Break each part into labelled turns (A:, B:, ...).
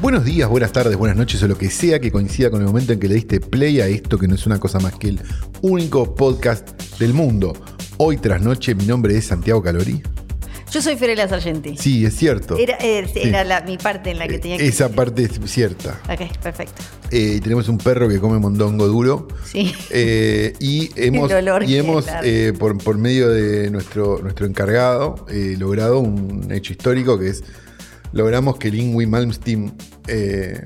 A: Buenos días, buenas tardes, buenas noches o lo que sea que coincida con el momento en que le diste play a esto que no es una cosa más que el único podcast del mundo. Hoy tras noche, mi nombre es Santiago Calori.
B: Yo soy Fiorella Sargenti.
A: Sí, es cierto.
B: Era, eh,
A: Sí. Eh,
B: era la- mi parte en la que tenía que.
A: Esa parte es cierta.
B: Ok, perfecto.
A: Eh, y tenemos un perro que come mondongo duro.
B: Sí.
A: Eh, y hemos,
B: El olor
A: y hemos
B: que
A: eh, por, por medio de nuestro, nuestro encargado, eh, logrado un hecho histórico que es, logramos que Lingui Malmsteen, eh,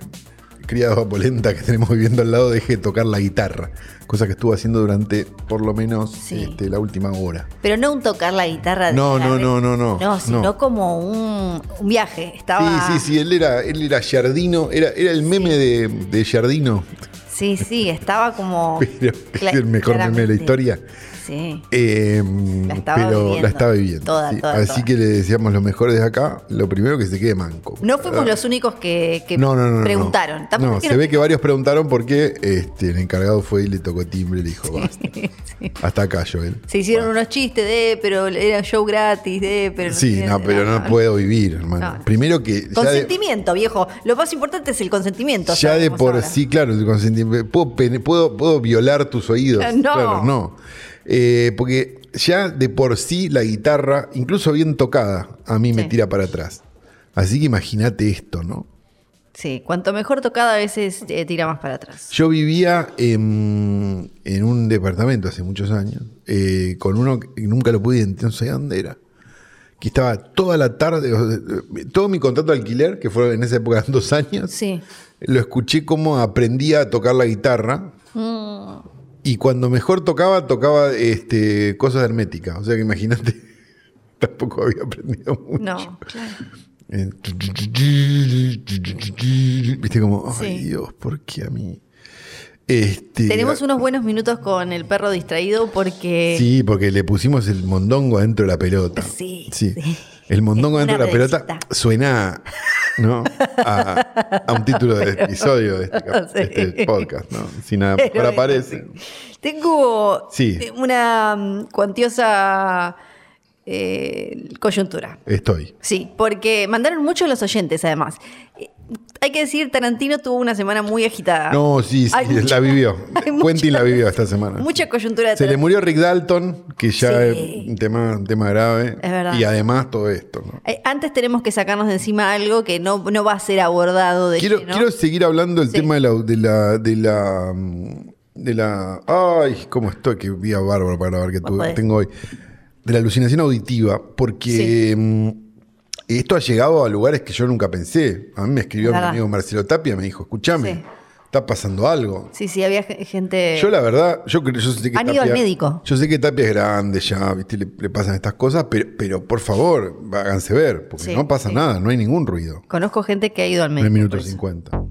A: criado a Polenta, que tenemos viviendo al lado, deje de tocar la guitarra, cosa que estuvo haciendo durante por lo menos
B: Sí.
A: este, la última hora.
B: Pero no un tocar la guitarra de
A: No,
B: la-
A: no, no, no, no.
B: No, sino
A: No.
B: como un, un viaje. Estaba.
A: Sí, sí, sí, él era, él era Giardino, era, era el meme de, de Giardino,
B: Sí, sí, estaba como.
A: pero es
B: Cla-
A: el mejor meme de la
B: claramente.
A: historia.
B: Sí.
A: Eh,
B: estaba
A: pero la
B: viviendo.
A: estaba viviendo.
B: Toda,
A: sí.
B: toda,
A: Así
B: toda.
A: que le decíamos lo mejor desde acá, lo primero que se quede manco.
B: No fuimos
A: ¿verdad?
B: los únicos que, que
A: Ah. No, no, no, no,
B: preguntaron.
A: No,
B: Tampoco
A: No,
B: es que
A: se
B: no-
A: ve que varios preguntaron porque este, el encargado fue y le tocó timbre y le dijo, basta. Hasta acá, Joel.
B: Se hicieron
A: Basta.
B: unos chistes de, pero era show gratis, de, pero.
A: Sí,
B: sé,
A: no, pero no puedo vivir, hermano.
B: No.
A: Primero que. ya de-
B: Consentimiento, viejo. Lo más importante es el consentimiento.
A: Ya de
B: sabemos
A: por
B: ahora.
A: sí, claro, el consentimiento. Puedo, pene- puedo, puedo violar tus oídos.
B: Ah, no.
A: Claro, no. Eh, porque ya de por sí la guitarra, incluso bien tocada, a mí me
B: Sí.
A: tira para atrás. Así que imagínate esto, ¿no?
B: Sí, cuanto mejor tocada a veces eh, tira más para atrás.
A: Yo vivía en, en un departamento hace muchos años, eh, con uno que nunca lo pude identificar, no sé dónde era, que estaba toda la tarde, o sea, todo mi contrato de alquiler, que fueron en esa época eran dos años,
B: Sí.
A: lo escuché como aprendía a tocar la guitarra. Y cuando mejor tocaba, tocaba este, cosas herméticas. O sea que imagínate, tampoco había aprendido mucho.
B: No, claro.
A: Eh, Viste como, ay
B: Sí.
A: Dios, ¿por qué a mí? Este,
B: Tenemos unos buenos minutos con el perro distraído porque.
A: Sí, porque le pusimos el mondongo adentro de la pelota.
B: Sí, sí.
A: El mondongo
B: Una
A: adentro de la pelota
B: redecita.
A: suena ¿no? a, a un título de episodio de este, cap-
B: Sí.
A: de este podcast, ¿no? Si nada
B: Pero
A: mejor
B: es
A: aparece.
B: Tengo
A: Sí.
B: eh, una mm, cuantiosa eh, coyuntura.
A: Estoy.
B: Sí, porque mandaron muchos los oyentes, además. Eh, Hay que decir, Tarantino tuvo una semana muy agitada.
A: No, sí, sí,
B: Ah. Hay mucha-
A: la vivió.
B: hay mucha-
A: Quentin la vivió esta semana.
B: Mucha coyuntura de
A: Se le
B: Tarantino.
A: murió Rick Dalton, que ya
B: Sí.
A: es un tema, un tema grave.
B: Es verdad.
A: Y además todo esto. ¿no?
B: Eh, Antes tenemos que sacarnos de encima algo que no, no va a ser abordado de
A: Quiero,
B: lleno.
A: quiero seguir hablando del
B: Sí.
A: tema de la, de la. de la. mm, de la. Ay, cómo estoy, qué día bárbaro para grabar que
B: Vos
A: tuve-
B: podés.
A: tengo hoy. De la alucinación auditiva, porque mm, esto ha llegado a lugares que yo nunca pensé. A mí me escribió mi
B: Verdad.
A: amigo Marcelo Tapia, me dijo, escúchame,
B: Sí.
A: está pasando algo.
B: Sí, sí, había ge- gente.
A: Yo la verdad, yo, creo- yo sé que
B: Han ido al médico.
A: Yo sé que Tapia es grande ya, ¿viste? Le, le pasan estas cosas, pero, pero por favor, háganse ver, porque
B: Sí,
A: no pasa
B: sí.
A: nada, no hay ningún ruido.
B: Conozco gente que ha ido al médico.
A: 9
B: por
A: minutos
B: eso.
A: 50.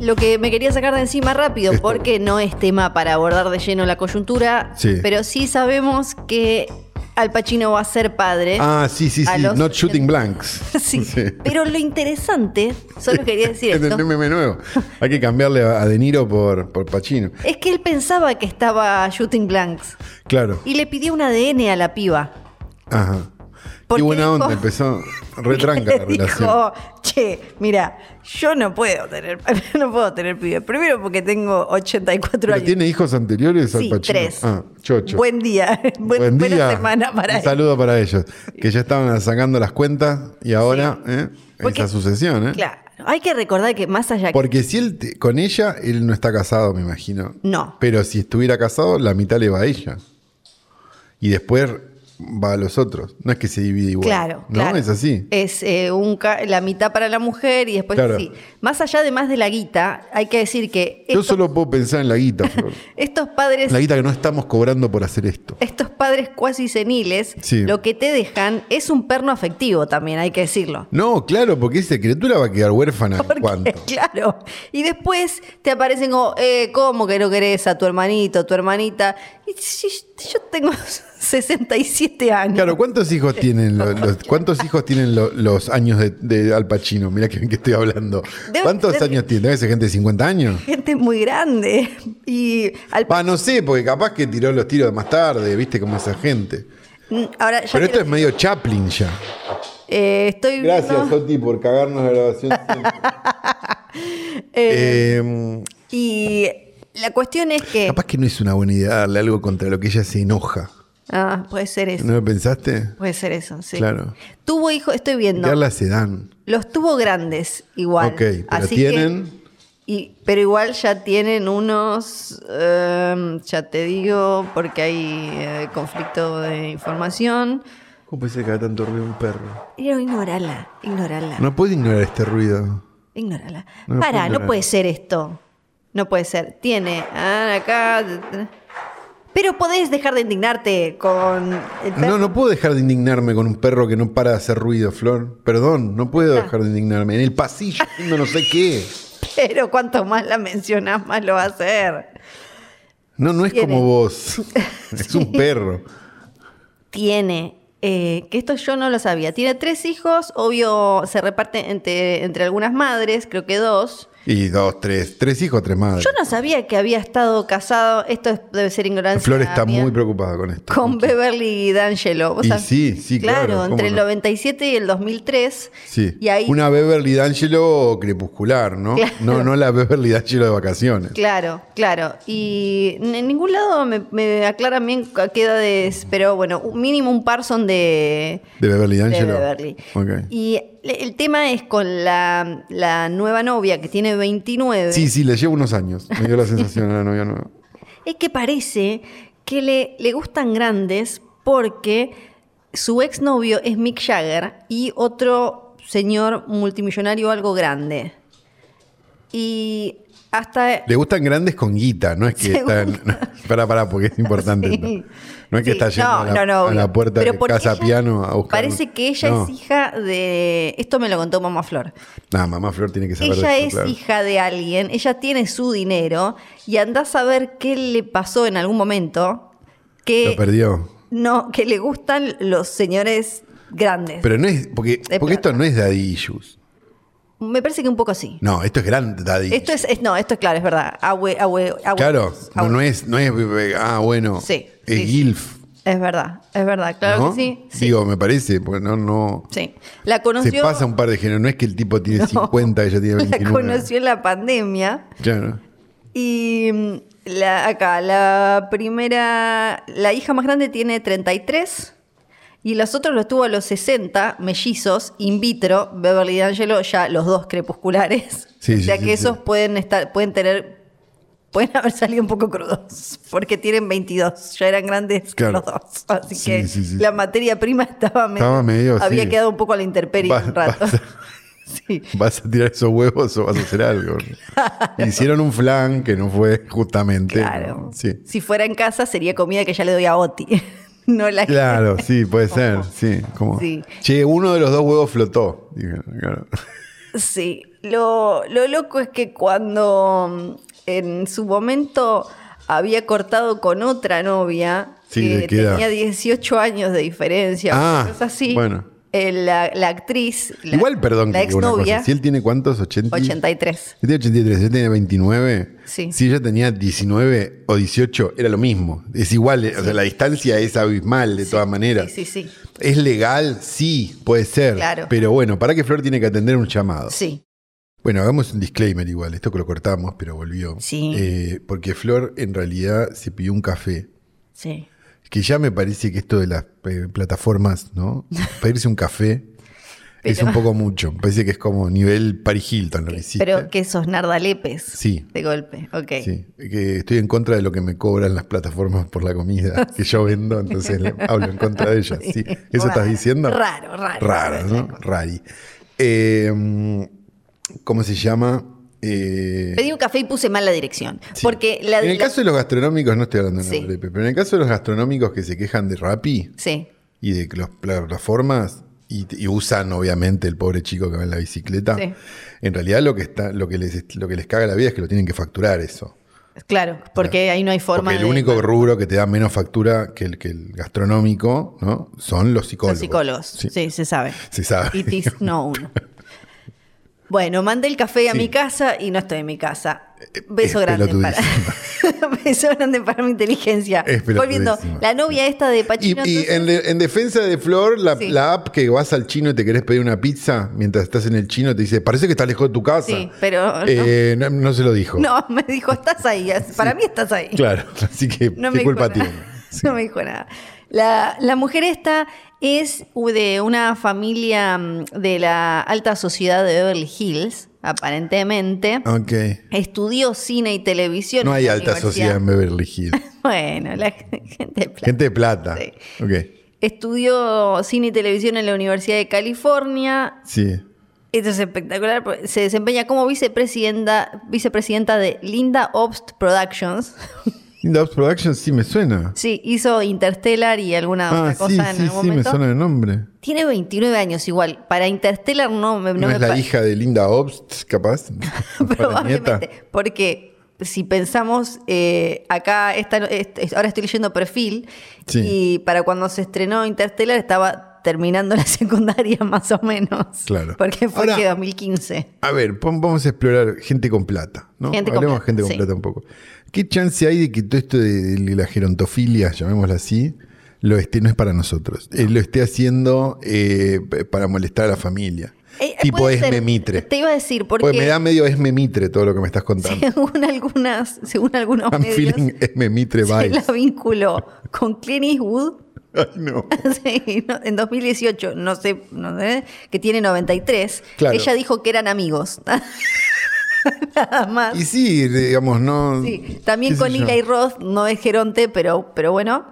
B: Lo que me quería sacar de encima rápido,
A: Esto.
B: porque no es tema para abordar de lleno la coyuntura,
A: Sí.
B: pero sí sabemos que Al Pacino va a ser padre.
A: Ah, sí, sí,
B: ¿Eh? A
A: sí.
B: los-
A: Not shooting blanks.
B: Sí.
A: Sí.
B: Pero lo interesante, solo quería decir
A: Es el
B: esto,
A: meme nuevo. Hay que cambiarle a a De Niro por, por Pacino.
B: es que él pensaba que estaba shooting blanks
A: Claro.
B: y le pidió un ADN a la piba.
A: Ajá. Qué
B: Porque
A: buena
B: dijo-
A: onda. Empezó retranca la
B: Le
A: relación.
B: dijo, che, mira, yo no puedo tener, no puedo tener pibe. Primero porque tengo 84
A: ¿Pero
B: años.
A: tiene hijos anteriores al
B: Sí,
A: Pacino?
B: tres.
A: Ah, chocho.
B: Buen día. Buen,
A: Buen
B: buena
A: día.
B: semana para
A: Un
B: él.
A: saludo para ellos. Que ya estaban sacando las cuentas y ahora ¿eh?
B: Porque-
A: esa sucesión. ¿eh?
B: Claro. Hay que recordar que más allá que
A: Porque si él te- con ella, él no está casado, me imagino.
B: No.
A: Pero si estuviera casado, la mitad le va a ella. Y después va a los otros. No es que se divide igual.
B: Claro,
A: ¿No?
B: claro.
A: Es así.
B: Es eh, un ca- la mitad para la mujer y después
A: Claro.
B: sí. Más allá de más de la guita, hay que decir que
A: Yo
B: estos,
A: solo puedo pensar en la guita, Flor.
B: estos padres,
A: La guita que no estamos cobrando por hacer esto.
B: estos padres cuasi seniles,
A: Sí.
B: lo que te dejan es un perno afectivo también, hay que decirlo.
A: No, claro, porque esa criatura va a quedar huérfana.
B: Porque,
A: ¿en ¿Cuánto?
B: Claro. Y después te aparecen como, eh, ¿cómo que no querés a tu hermanito, tu hermanita? Y si- yo tengo 67 años.
A: Claro, ¿cuántos hijos tienen los, los- cuántos hijos tienen lo- los años de, de Al Pacino? Mirá que bien que estoy hablando.
B: Debe-
A: ¿Cuántos
B: debe-
A: años tiene? ¿Debe ser gente de 50 años?
B: Gente muy grande. Y al
A: Va, no sé, porque capaz que tiró los tiros más tarde, viste como esa gente.
B: Mm, Ahora ya
A: Pero este-
B: te
A: esto
B: lo-
A: es medio Chaplin ya.
B: eh, estoy
A: Gracias,
B: viendo-
A: Soti, por cagarnos la grabación. Em, Eh,
B: Y la cuestión es que.
A: capaz que no es una buena idea darle algo contra lo que ella se enoja.
B: Ah, puede ser eso.
A: ¿No lo pensaste?
B: Puede ser eso, sí.
A: Claro.
B: Tuvo hijos, estoy viendo.
A: Darla se dan.
B: Los tuvo grandes igual.
A: Ok, pero
B: Así
A: tienen-
B: que- y, pero igual ya tienen unos. em, ya te digo, porque hay eh, conflicto de información.
A: ¿Cómo puede ser que haga tanto ruido un perro?
B: Pero ignorala, ignorala.
A: No puedo ignorar este ruido.
B: Ignórala.
A: No lo puedo
B: Pará,
A: ignorar.
B: no puede ser esto. No puede ser. Tiene. ah, acá. Pero podés dejar de indignarte con. el perro.
A: No, no puedo dejar de indignarme con un perro que no para de hacer ruido, Flor. Perdón, no puedo dejar de indignarme. En el pasillo, haciendo no sé qué.
B: Pero cuanto más la mencionás, más lo va a hacer.
A: No, no es
B: Tiene.
A: como vos. Es un perro.
B: Tiene. eh, que esto yo no lo sabía. Tiene tres hijos. Obvio, se reparte entre, entre algunas madres, creo que dos.
A: Y dos, tres. Tres hijos, tres madres.
B: Yo no sabía que había estado casado. Esto es- debe ser ignorancia.
A: Flor está
B: mía.
A: muy preocupada con esto.
B: Con Beverly D'Angelo. ¿Vos
A: Y
B: sabés?
A: sí, sí, claro, ¿cómo
B: entre el
A: no?
B: 97 y el 2003.
A: Sí.
B: Y ahí,
A: Una Beverly D'Angelo crepuscular, ¿no?
B: Claro.
A: No, no la Beverly D'Angelo de vacaciones.
B: claro, claro. Y en ningún lado me, me aclaran bien a qué edades, pero bueno, un- mínimo un par son de,
A: De Beverly
B: de
A: D'Angelo.
B: Beverly.
A: Ok.
B: Y le- el tema es con la, la nueva novia que tiene 29.
A: Sí, sí, le llevo unos años. Me dio la sensación a la novia nueva.
B: Es que parece que le, le gustan grandes porque su exnovio es Mick Jagger y otro señor multimillonario algo grande. Y hasta...
A: Le gustan grandes con guita, no es que
B: Seguro.
A: están. Pará, pará, porque es importante. esto.
B: Sí.
A: No es que
B: Sí,
A: está yendo a, la, a la
B: obvio.
A: puerta
B: Pero
A: de
B: porque
A: casa
B: ella-
A: piano a buscar.
B: Parece que ella es hija de... Esto me lo contó mamá Flor.
A: No, mamá Flor tiene que saber de
B: Ella
A: esto,
B: es
A: claro.
B: hija de alguien, ella tiene su dinero y anda a saber qué le pasó en algún momento
A: Lo
B: que
A: perdió.
B: no que le gustan los señores grandes.
A: Pero no es. Porque,
B: De
A: porque
B: plata.
A: esto no es daddy issues.
B: Me parece que un poco sí.
A: No, esto es grande daddy.
B: Esto es, es- no, esto es claro, es verdad. Abue, abue, abue-
A: Claro, no,
B: abue-
A: no es, no es. eh, Ah, bueno.
B: Sí,
A: Es
B: sí, sí.
A: Gilf.
B: Es verdad, es verdad, claro
A: ¿no?
B: que sí. Sí,
A: Digo, me parece, porque no. no
B: sí. La
A: se
B: conoció
A: pasa un par de géneros. No es que el tipo tiene
B: No.
A: 50 y ella tiene
B: la
A: 29.
B: conoció en la pandemia.
A: Claro.
B: Y mm, la, acá, la primera, la hija más grande tiene 33 y los otros los tuvo a los 60, mellizos, in vitro, Beverly y Angelo, ya los dos crepusculares.
A: Sí,
B: o sea
A: sí,
B: que
A: sí,
B: esos
A: sí.
B: pueden estar, pueden tener, pueden haber salido un poco crudos, porque tienen 22, ya eran grandes
A: Claro.
B: los dos. Así
A: Sí,
B: que
A: sí, sí.
B: la materia prima estaba medio,
A: Estaba medio,
B: había
A: sí.
B: quedado un poco a la intemperie
A: Va-
B: un rato.
A: vas a-
B: Sí.
A: ¿Vas a tirar esos huevos o vas a hacer algo? Hicieron un flan que no fue justamente.
B: Claro.
A: ¿no? Sí.
B: Si fuera en casa, sería comida que ya le doy a Oti. no la
A: Claro, sí, puede ser. Sí, como.
B: Sí.
A: Che, uno de los dos huevos flotó. Dije, claro.
B: Sí. Lo, lo loco es que cuando mm, en su momento había cortado con otra novia
A: Sí,
B: que
A: ¿de qué edad?
B: tenía 18 años de diferencia,
A: Ah,
B: es así.
A: bueno.
B: eh, la, la actriz, la-
A: Igual, perdón,
B: la
A: que diga una cosa.
B: exnovia,
A: Si él tiene cuántos, 80.
B: 83.
A: Él tiene 83, él tiene 29.
B: Sí.
A: Si ella tenía 19 o 18, era lo mismo. Es igual, o sea, la distancia es abismal de todas maneras.
B: Sí, sí, sí.
A: ¿Es legal? Sí, puede ser.
B: Claro.
A: Pero bueno, para que Flor tiene que atender un llamado.
B: Sí.
A: Bueno, hagamos un disclaimer igual, esto que lo cortamos, pero volvió.
B: Sí.
A: Eh, porque Flor en realidad se pidió un café.
B: Sí.
A: Que ya me parece que esto de las eh, plataformas, ¿no? Pedirse un café Es
B: Pero-
A: un poco mucho. Me Parece que es como nivel Paris Hilton lo que hiciste.
B: Pero que sos nardalepes.
A: Sí.
B: De golpe, ok.
A: Sí, que estoy en contra de lo que me cobran las plataformas por la comida que yo vendo, entonces le- hablo en contra de ellas. Sí. ¿Eso
B: Raro,
A: estás diciendo?
B: Raro, raro.
A: Raro, ¿no? Rari. Eh, ¿Cómo se llama? Eh,
B: Pedí un café y puse mal la dirección.
A: sí.
B: Porque la
A: en el
B: la-
A: caso de los gastronómicos, no estoy hablando de
B: Sí.
A: Nabrepe, pero en el caso de los gastronómicos que se quejan de Rappi
B: Sí.
A: y de las plataformas y, y usan obviamente el pobre chico que va en la bicicleta,
B: Sí.
A: en realidad lo que, está, lo, que les, lo que les caga la vida es que lo tienen que facturar eso.
B: Claro, porque ahí no hay forma
A: Porque el
B: de-
A: único rubro que te da menos factura que el, que el gastronómico, ¿no? Son los
B: Los
A: psicólogos.
B: psicólogos,
A: Sí,
B: sí, se sabe.
A: se sabe.
B: Y tis no uno. Bueno, mandé el café a
A: Sí. Eh,
B: mi casa y no estoy en mi casa. Beso
A: es
B: grande para.
A: pelotudísima.
B: Beso grande para mi inteligencia.
A: Es pelotudísima.
B: Volviendo, la novia esta de
A: Y,
B: Pachino.
A: y en, de- en defensa de Flor, la,
B: Sí.
A: la app que vas al chino y te querés pedir una pizza mientras estás en el chino, te dice, parece que estás lejos de tu casa.
B: Sí, pero no.
A: Eh, no, no se lo dijo.
B: No, me dijo, estás ahí. Para mí estás ahí.
A: Claro, así que,
B: No me
A: ¿qué
B: dijo
A: culpa
B: nada.
A: tiene?
B: No me dijo nada. La, la mujer esta es de una familia mm, de la alta sociedad de Beverly Hills, aparentemente.
A: Ok.
B: Estudió cine y televisión.
A: Ah. No
B: en
A: hay
B: la
A: alta
B: universidad.
A: sociedad en Beverly Hills.
B: Bueno, la gente de plata.
A: Gente de plata.
B: Sí.
A: Ok,
B: Estudió cine y televisión en la Universidad de California.
A: sí.
B: Esto es espectacular. porque Se desempeña como vicepresidenta, vicepresidenta de Linda Obst Productions.
A: Dobbs Productions sí me suena.
B: Sí, hizo Interstellar y alguna
A: Ah,
B: otra
A: sí,
B: cosa en
A: sí,
B: algún
A: sí, me
B: momento.
A: suena el nombre.
B: Tiene 29 años igual. Para Interstellar no, me- no
A: ¿No,
B: me
A: es la
B: pa-
A: hija de Linda Obst, capaz? ¿O la nieta?
B: Probablemente. Porque si pensamos, eh, acá, esta, este- ahora estoy leyendo perfil,
A: Sí.
B: y para cuando se estrenó Interstellar estaba terminando la secundaria más o menos.
A: Claro.
B: Porque fue
A: Ahora-
B: que 2015.
A: A ver, pon- vamos a explorar gente con plata, ¿no?
B: Gente con
A: Hablemos de
B: plata,
A: gente con
B: sí.
A: plata un poco. ¿Qué chance hay de que todo esto de, de la gerontofilia, llamémosla así, lo esté, no es para nosotros, eh, lo esté haciendo eh, p- para molestar a la familia?
B: Eh,
A: tipo
B: puede ser.
A: Esme Mitre.
B: Te iba a decir, porque,
A: Porque me da medio Esme Mitre todo lo que me estás contando.
B: según, algunas, según algunos
A: I'm
B: medios,
A: feeling Esme Mitre
B: se la
A: vibes.
B: vinculó con Clint Eastwood
A: Ay, no.
B: Sí, no, en 2018, no sé, no sé, que tiene 93,
A: Claro.
B: ella dijo que eran amigos. Nada más.
A: Y sí, digamos, no...
B: Sí, También
A: qué sé
B: con
A: yo.
B: Eli Roth, no es Geronte, pero, pero bueno,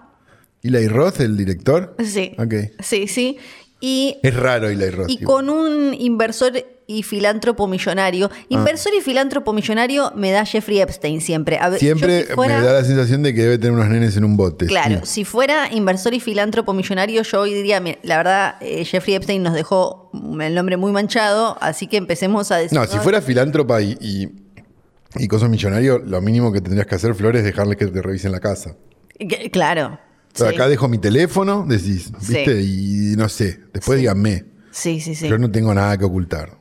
A: Eli Roth, el director.
B: sí.
A: Ok.
B: Sí, sí. Y,
A: Es raro Eli Roth.
B: y
A: igual.
B: con un inversor y filántropo millonario.
A: Ah.
B: Inversor y filántropo millonario me da Jeffrey Epstein siempre. A ver, yo
A: Siempre
B: si fuera-
A: me da la sensación de que debe tener unos nenes en un bote.
B: Claro,
A: sí.
B: si fuera inversor y filántropo millonario, yo hoy diría, mira, la verdad, eh, Jeffrey Epstein nos dejó mm, el nombre muy manchado, así que empecemos a decir...
A: No, si fuera filántropa y, y, y cosa millonario, lo mínimo que tendrías que hacer, Flores, es dejarle que te revisen la casa.
B: Que- Claro.
A: O sea,
B: sí.
A: Acá dejo mi teléfono, decís, ¿viste? Y no sé, después díganme.
B: Sí, sí, sí.
A: Yo no tengo nada que ocultar.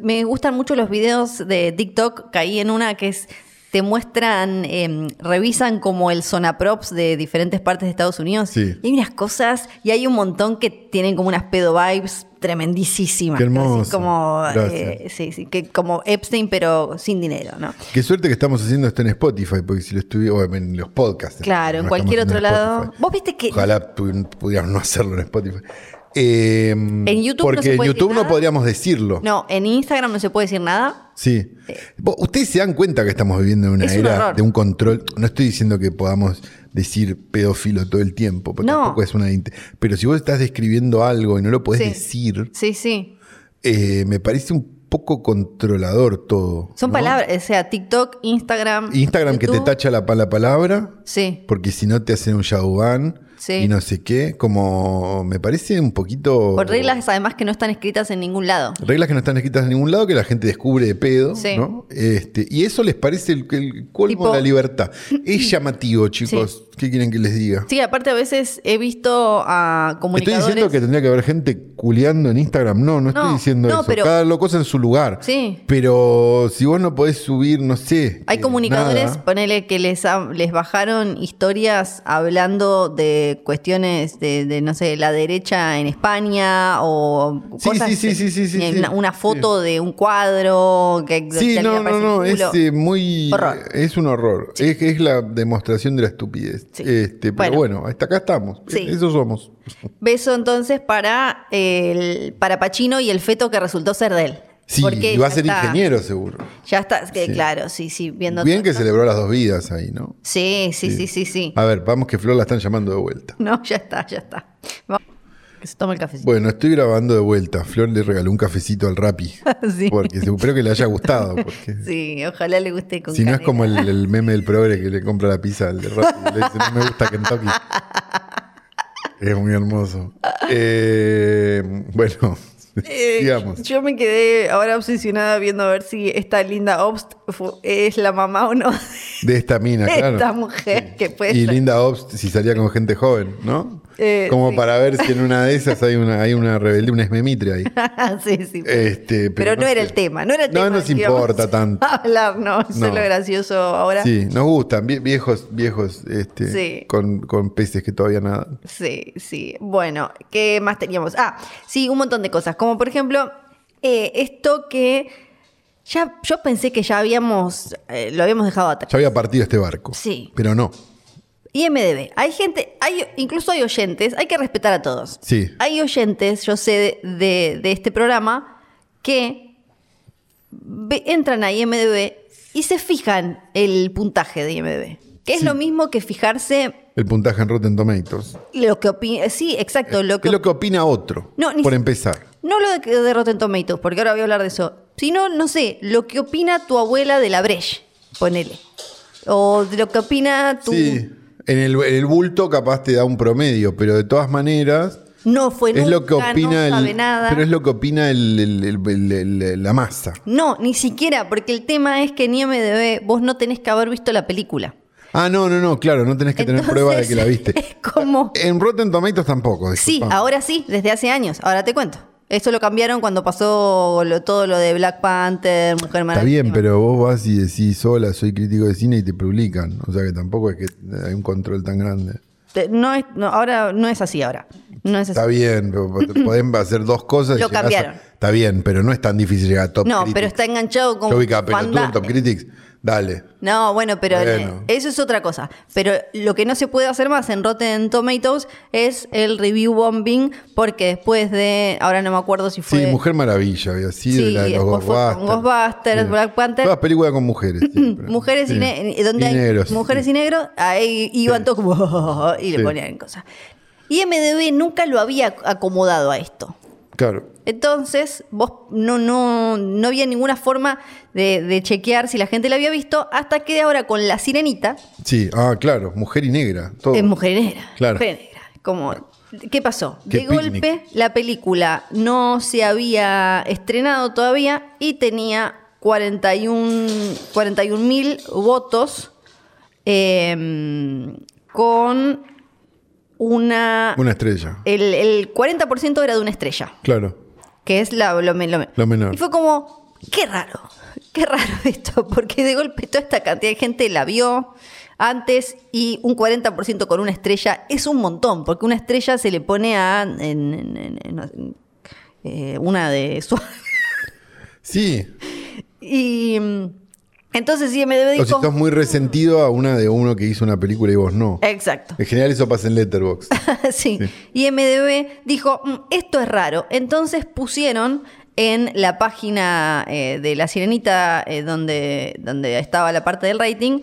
B: Me gustan mucho los videos de TikTok. Caí en una que es. Te muestran, em, revisan como el Sonaprops de diferentes partes de Estados Unidos.
A: Sí.
B: Y hay unas cosas, y hay un montón que tienen como unas pedo vibes tremendísimas.
A: Qué
B: ¿no? Así
A: hermoso.
B: como,
A: Gracias.
B: eh, sí, sí, que como Epstein, pero sin dinero, ¿no?
A: Qué suerte que estamos haciendo esto en Spotify, porque si lo estuviera, o en los podcasts.
B: Claro, en
A: No
B: cualquier
A: estamos
B: otro
A: haciendo en
B: lado.
A: Spotify.
B: Vos viste que.
A: Ojalá pu- pudiéramos no hacerlo en Spotify. Eh,
B: YouTube no
A: porque
B: se puede
A: en YouTube
B: decir
A: no
B: nada.
A: podríamos decirlo.
B: No, en Instagram no se puede decir nada.
A: Sí. Vos- Ustedes se dan cuenta que estamos viviendo en una
B: Es un
A: era
B: horror.
A: de un control. No estoy diciendo que podamos decir pedófilo todo el tiempo, porque
B: No.
A: tampoco es una. inte- Pero si vos estás describiendo algo y no lo podés
B: Sí.
A: decir,
B: Sí, sí.
A: eh, me parece un poco controlador todo.
B: Son
A: ¿no?
B: palabras, o sea, TikTok, Instagram.
A: Instagram que te
B: YouTube.
A: tacha la, pa- la palabra,
B: Sí.
A: porque si no te hacen un Shadowban
B: Sí.
A: y no sé qué. Como me parece un poquito.
B: Por reglas además que no están escritas en ningún lado.
A: Reglas que no están escritas en ningún lado, que la gente descubre de pedo,
B: Sí.
A: ¿no? Este, y eso les parece el, el colmo
B: Tipo-
A: de la libertad. Es llamativo, chicos. ¿Qué quieren que les diga?
B: Sí, aparte a veces he visto a
A: Estoy
B: comunicadores.
A: diciendo que tendría que haber gente culeando en Instagram. No, no estoy
B: No,
A: diciendo
B: no,
A: eso.
B: pero-
A: Cada loco es en su lugar.
B: Sí.
A: Pero si vos no podés subir, no sé.
B: Hay
A: eh,
B: comunicadores,
A: nada.
B: ponele que les, ha- les bajaron historias hablando de eh, cuestiones de, de, no sé, la derecha en España o
A: Sí,
B: cosas.
A: sí, sí, sí, sí, sí,
B: eh,
A: sí.
B: una, una foto de un cuadro que
A: Sí,
B: que a mí me
A: no, no,
B: parece
A: no,
B: un
A: es
B: culo.
A: eh, muy.
B: Horror.
A: Es un horror. Es, es la demostración de la estupidez.
B: Sí.
A: Este, pero
B: Bueno.
A: bueno, hasta acá estamos.
B: Sí.
A: Eso somos.
B: Beso entonces para eh, el, para Pachino y el feto que resultó ser de él.
A: Sí,
B: Porque
A: y va a
B: ya
A: ser
B: está-
A: ingeniero seguro.
B: Ya está, que
A: Sí.
B: claro, sí, sí, viendo
A: Bien
B: todo
A: que
B: esto.
A: celebró las dos vidas ahí, ¿no?
B: Sí, sí, sí, sí, sí.
A: A ver, vamos que Flor la están llamando de vuelta.
B: No, ya está, ya está. Va- Que se tome el cafecito.
A: Bueno, estoy grabando de vuelta. Flor le regaló un cafecito al Rappi.
B: Sí.
A: Porque espero que le haya gustado. Porque
B: Sí, ojalá le guste con
A: si no es
B: canela.
A: como el, el meme del progre que le compra la pizza al de Rappi. y Le dice, no me gusta Kentucky. Es muy hermoso. Eh, bueno,
B: Eh,
A: digamos.
B: Yo me quedé ahora obsesionada viendo a ver si esta linda Obst fu- es la mamá o no de
A: De esta mina, claro.
B: esta mujer que puede
A: Y
B: ser.
A: Linda Obst si salía con gente joven, ¿no?
B: Eh,
A: Como
B: sí.
A: para ver si en una de esas hay una, hay una rebeldía, una esmemitre ahí.
B: sí, sí.
A: Este,
B: pero no, era
A: sé.
B: el tema, no era el
A: No
B: tema.
A: nos
B: del que íbamos
A: importa
B: a
A: tanto.
B: Hablar, no, eso
A: No.
B: es lo gracioso ahora.
A: Sí, nos gustan, vie- viejos, viejos, este,
B: Sí.
A: con, con peces que todavía nada.
B: Sí, sí. Bueno, ¿qué más teníamos? Ah, sí, un montón de cosas. Como por ejemplo, eh, esto que ya yo pensé que ya habíamos, eh, lo habíamos dejado atrás.
A: Ya había partido este barco.
B: Sí.
A: Pero no.
B: IMDB, hay gente, hay, incluso hay oyentes, hay que respetar a todos.
A: Sí.
B: Hay oyentes, yo sé, de, de- de este programa que ve- entran a IMDB y se fijan el puntaje de IMDB. Que es
A: Sí.
B: lo mismo que fijarse
A: El puntaje en Rotten Tomatoes.
B: lo que opina. Sí, exacto. Lo
A: ¿Qué
B: que
A: es lo Eh, que opina otro?
B: No, ni
A: por
B: si- Ah,
A: empezar.
B: No lo de, de Rotten Tomatoes, porque ahora voy a hablar de eso. Sino, no sé, lo que opina tu abuela de la Breche, ponele. O de lo que opina tu...
A: Sí. En el, en el bulto capaz te da un promedio, pero de todas maneras
B: No fue
A: es lo que
B: Pues nunca,
A: opina
B: no sabe
A: el,
B: nada.
A: pero es lo que opina el- el- el- el- el- la masa.
B: No, ni siquiera, porque el tema es que en IMDB vos no tenés que haber visto la película.
A: Ah, no, no, no, claro, no tenés que tener
B: Entonces,
A: prueba de que la viste.
B: Es como...
A: En Rotten Tomatoes tampoco.
B: Sí,
A: disculpame.
B: ahora sí, desde hace años. Ahora te cuento. Eso lo cambiaron cuando pasó lo- todo lo de Black Panther, Mujer
A: Está
B: Maravilla.
A: bien, pero vos vas y decís, sola, soy crítico de cine y te publican. O sea que tampoco es que hay un control tan grande.
B: Te- No es, no, ahora no es así ahora. No es así.
A: Está bien, pero pueden hacer dos cosas. y
B: Lo
A: llegás a-
B: cambiaron.
A: Está bien, pero no es tan difícil llegar a Top
B: No,
A: Critics.
B: pero está enganchado con
A: Yo vi cada pelotudo
B: Fanda-
A: en Top Critics. Dale.
B: No, bueno, pero eh,
A: Bueno.
B: eso es otra cosa. Pero lo que no se puede hacer más en Rotten Tomatoes es el review bombing, porque después de, ahora no me acuerdo si
A: Sí,
B: fue...
A: Mujer Maravilla había sido,
B: Sí,
A: la de los
B: después fue
A: Ghostbusters.
B: con Ghostbusters, Black Panther.
A: Todas películas con mujeres. siempre.
B: Mujeres
A: Sí.
B: y, ne- eh, donde
A: Y
B: hay
A: negros.
B: mujeres y negros, ahí iban todos como y le
A: Sí.
B: ponían cosas. Y MDB nunca lo había acomodado a esto.
A: Claro.
B: Entonces, vos no, no, no había ninguna forma de, de chequear si la gente la había visto, hasta que ahora con la sirenita,
A: Sí, ah, claro, mujer y negra. Todo.
B: Es mujer negra.
A: Claro.
B: Mujer negra. Como, ¿Qué pasó?
A: Qué
B: de
A: picnic.
B: golpe, la película no se había estrenado todavía y tenía 41 41 mil votos eh, con una...
A: Una estrella.
B: El, el 40% era de una estrella,
A: Claro.
B: que es la, lo, men- lo men-
A: Lo menor.
B: Y fue como, qué raro, qué raro esto, porque de golpe toda esta cantidad de gente la vio antes y un 40% con una estrella es un montón, porque una estrella se le pone a en- en- en- en- eh, una de su...
A: Sí.
B: Y mm, entonces IMDB
A: O si
B: dijo...
A: estás muy resentido a una de uno que hizo una película y vos
B: Eh.
A: no.
B: Exacto.
A: En general eso pasa en Letterboxd.
B: sí. Y MDB dijo, "Mm, esto es raro. Entonces pusieron en la página eh, de La Sirenita, eh, donde, donde estaba la parte del rating,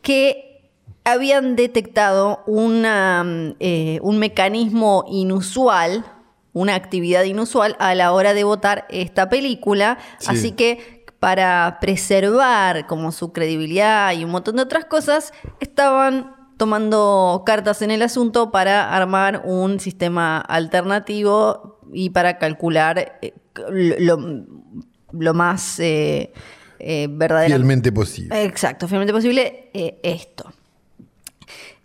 B: que habían detectado una, mm, eh, un mecanismo inusual, una actividad inusual a la hora de votar esta película.
A: Sí.
B: Así que para preservar como su credibilidad y un montón de otras cosas, estaban tomando cartas en el asunto para armar un sistema alternativo y para calcular eh, lo, lo más eh, eh, verdaderamente
A: Fielmente
B: Eh.
A: posible.
B: Exacto, finalmente posible eh, esto.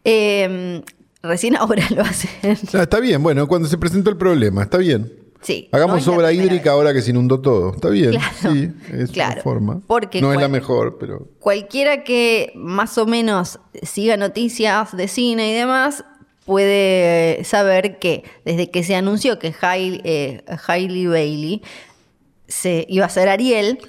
B: Eh, recién ahora lo hacen.
A: Ah, está bien, bueno, cuando se presentó el problema, está bien.
B: Sí. no
A: Hagamos
B: es la
A: obra
B: primera
A: hídrica
B: vez.
A: ahora que se inundó todo. Está bien,
B: Claro,
A: sí, es una
B: claro,
A: forma.
B: porque
A: no es la
B: cual-
A: mejor, pero
B: Cualquiera que más o menos siga noticias de cine y demás, puede saber que desde que se anunció que Hailey, eh, Hailey Bailey se iba a ser Ariel,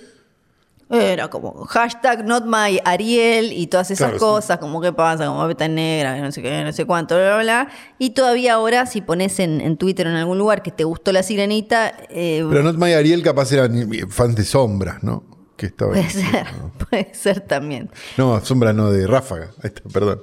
B: era como hashtag not my Ariel y todas esas
A: Claro, sí.
B: cosas, como qué pasa, como beta negra, que no sé qué, no sé cuánto, bla, bla, bla. Y todavía ahora, si pones en, en Twitter o en algún lugar que te gustó la sirenita, eh,
A: Pero Not My Ariel capaz eran fans de Sombra, ¿no? Que estaba
B: puede ser, puede ser también.
A: No, Sombra no, de Ráfaga. Ahí está, perdón.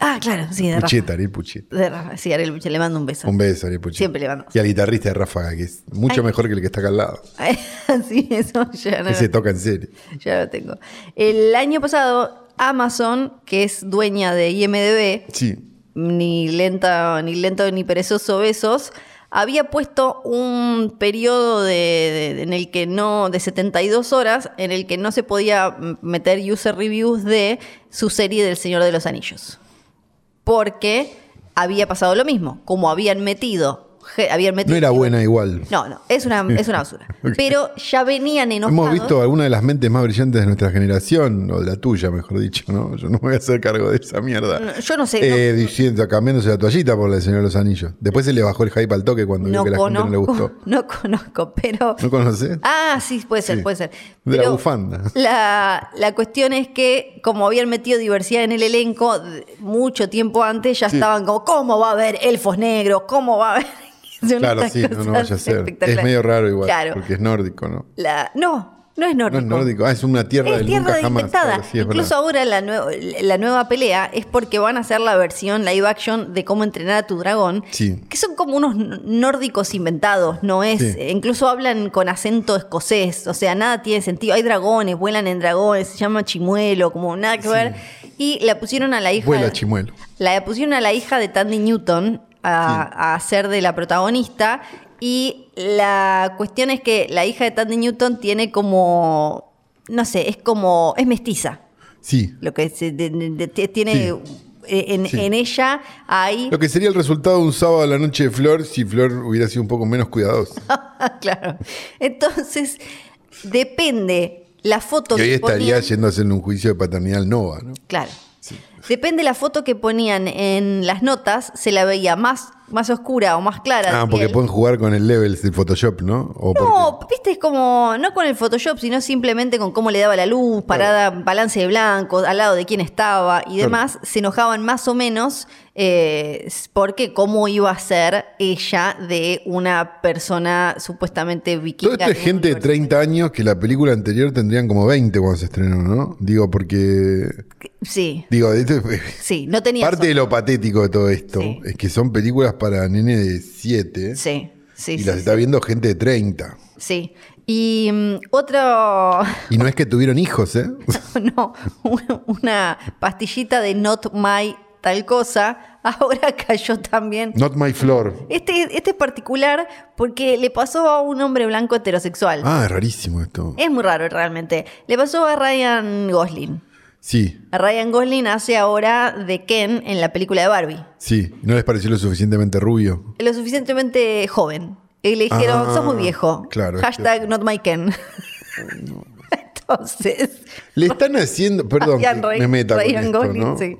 B: Ah, claro, sí, de Rafa.
A: Pucheta, Ariel Pucheta.
B: De Rafa, sí, Ariel Buche, le mando un beso.
A: Un beso, Ariel Pucheta.
B: Siempre le mando.
A: Y al guitarrista de Ráfaga, que es mucho
B: Ay.
A: mejor que el que está acá al lado.
B: sí, eso ya no,
A: Que se toca en serio.
B: ya lo tengo. El año pasado, Amazon, que es dueña de IMDB,
A: Sí.
B: ni lenta, ni lento ni perezoso besos, había puesto un periodo de, de- en el que no, de 72 horas, en el que no se podía mm, meter user reviews de su serie del Señor de los Anillos. Porque había pasado lo mismo. Como habían metido, je- habían metido.
A: No era buena igual.
B: No, no, es una, es una basura.
A: Ok.
B: Pero ya venían enojados.
A: Hemos visto algunas de las mentes más brillantes de nuestra generación, o de la tuya, mejor dicho, ¿no? Yo no me voy a hacer cargo de esa mierda.
B: No, yo no sé,
A: Eh, Diciendo, cambiándose la toallita por la del Señor de los Anillos. Después se le bajó el hype al toque cuando vio
B: No
A: que la gente no le
B: conozco,
A: gustó.
B: no conozco, pero...
A: ¿No conoces?
B: Ah, sí, puede ser,
A: Sí.
B: puede ser.
A: De la
B: Pero
A: bufanda.
B: La, la cuestión es que, como habían metido diversidad en el elenco, de- mucho tiempo antes ya estaban como, ¿cómo va a haber elfos negros? ¿Cómo va a haber...? Son
A: claro,
B: unas
A: sí, no,
B: cosas
A: no vaya a ser. Es
B: espectaculares.
A: medio raro igual,
B: Claro.
A: porque es nórdico, ¿no?
B: La- no, no es
A: No
B: nórdico.
A: es nórdico. Ah, es una tierra
B: Es
A: del
B: tierra
A: nunca jamás.
B: desinfectada.
A: Algo así, es
B: Incluso
A: verdad.
B: ahora la, nue- la nueva pelea es porque van a hacer la versión live action de cómo entrenar a tu dragón.
A: Sí.
B: Que son como unos n- nórdicos inventados, ¿no es?
A: Sí.
B: eh, Incluso hablan con acento escocés. O sea, nada tiene sentido. Hay dragones, vuelan en dragones, se llama chimuelo, como nada que ver. Y la pusieron a la hija.
A: Vuela chimuelo.
B: La pusieron a la hija de Tandy Newton a, a ser de la protagonista. Y la cuestión es que la hija de Tandy Newton tiene como. No sé, es como. Es mestiza.
A: Sí.
B: Lo que se- de- de- de- tiene. e,
A: Sí.
B: En,
A: Sí.
B: en ella hay.
A: Lo que sería el resultado de un sábado a la noche de Flor si Flor hubiera sido un poco menos cuidadosa.
B: claro. Entonces, depende la foto
A: Y hoy
B: que
A: estaría
B: ponían-
A: yendo a hacerle un juicio de paternidad al Nova, ¿no?
B: Claro. Depende la foto que ponían en las notas, se la veía más, más oscura o más clara. de
A: Ah, porque
B: piel.
A: pueden jugar con el level del Photoshop, ¿no? O porque-
B: No, viste, es como, no con el Photoshop, sino simplemente con cómo le daba la luz, parada, balance de blancos, al lado de quién estaba y demás, se enojaban más o menos eh, porque cómo iba a ser ella de una persona supuestamente
A: Todo
B: vikinga.
A: esto es
B: de un
A: gente de
B: universo.
A: 30 años que la película anterior tendrían como 20 cuando se estrenó, ¿no? Digo, porque.
B: Sí,
A: Digo, esto es-
B: sí, no tenía...
A: parte de
B: eso.
A: lo patético de todo esto
B: Sí.
A: es que son películas para nene de 7
B: Sí, sí,
A: y
B: sí.
A: las está viendo gente de 30.
B: sí. Y mm, otro...
A: Y no es que tuvieron hijos, ¿eh?
B: no, un- una pastillita de Not My tal cosa, ahora cayó también
A: Not my floor.
B: Este, este es particular porque le pasó a un hombre blanco heterosexual.
A: Ah, es rarísimo esto.
B: Es muy raro realmente. Le pasó a Ryan Gosling.
A: Sí,
B: A Ryan Gosling hace ahora de Ken en la película de Barbie.
A: sí. No les pareció lo suficientemente rubio.
B: Lo suficientemente joven. Y le dijeron,
A: Ah,
B: sos muy viejo.
A: claro,
B: Hashtag not my Ken. Entonces,
A: Le están haciendo. Perdón,
B: Ryan,
A: que
B: Ray-
A: me meta con
B: Ryan
A: esto,
B: Gosling,
A: ¿no?
B: sí.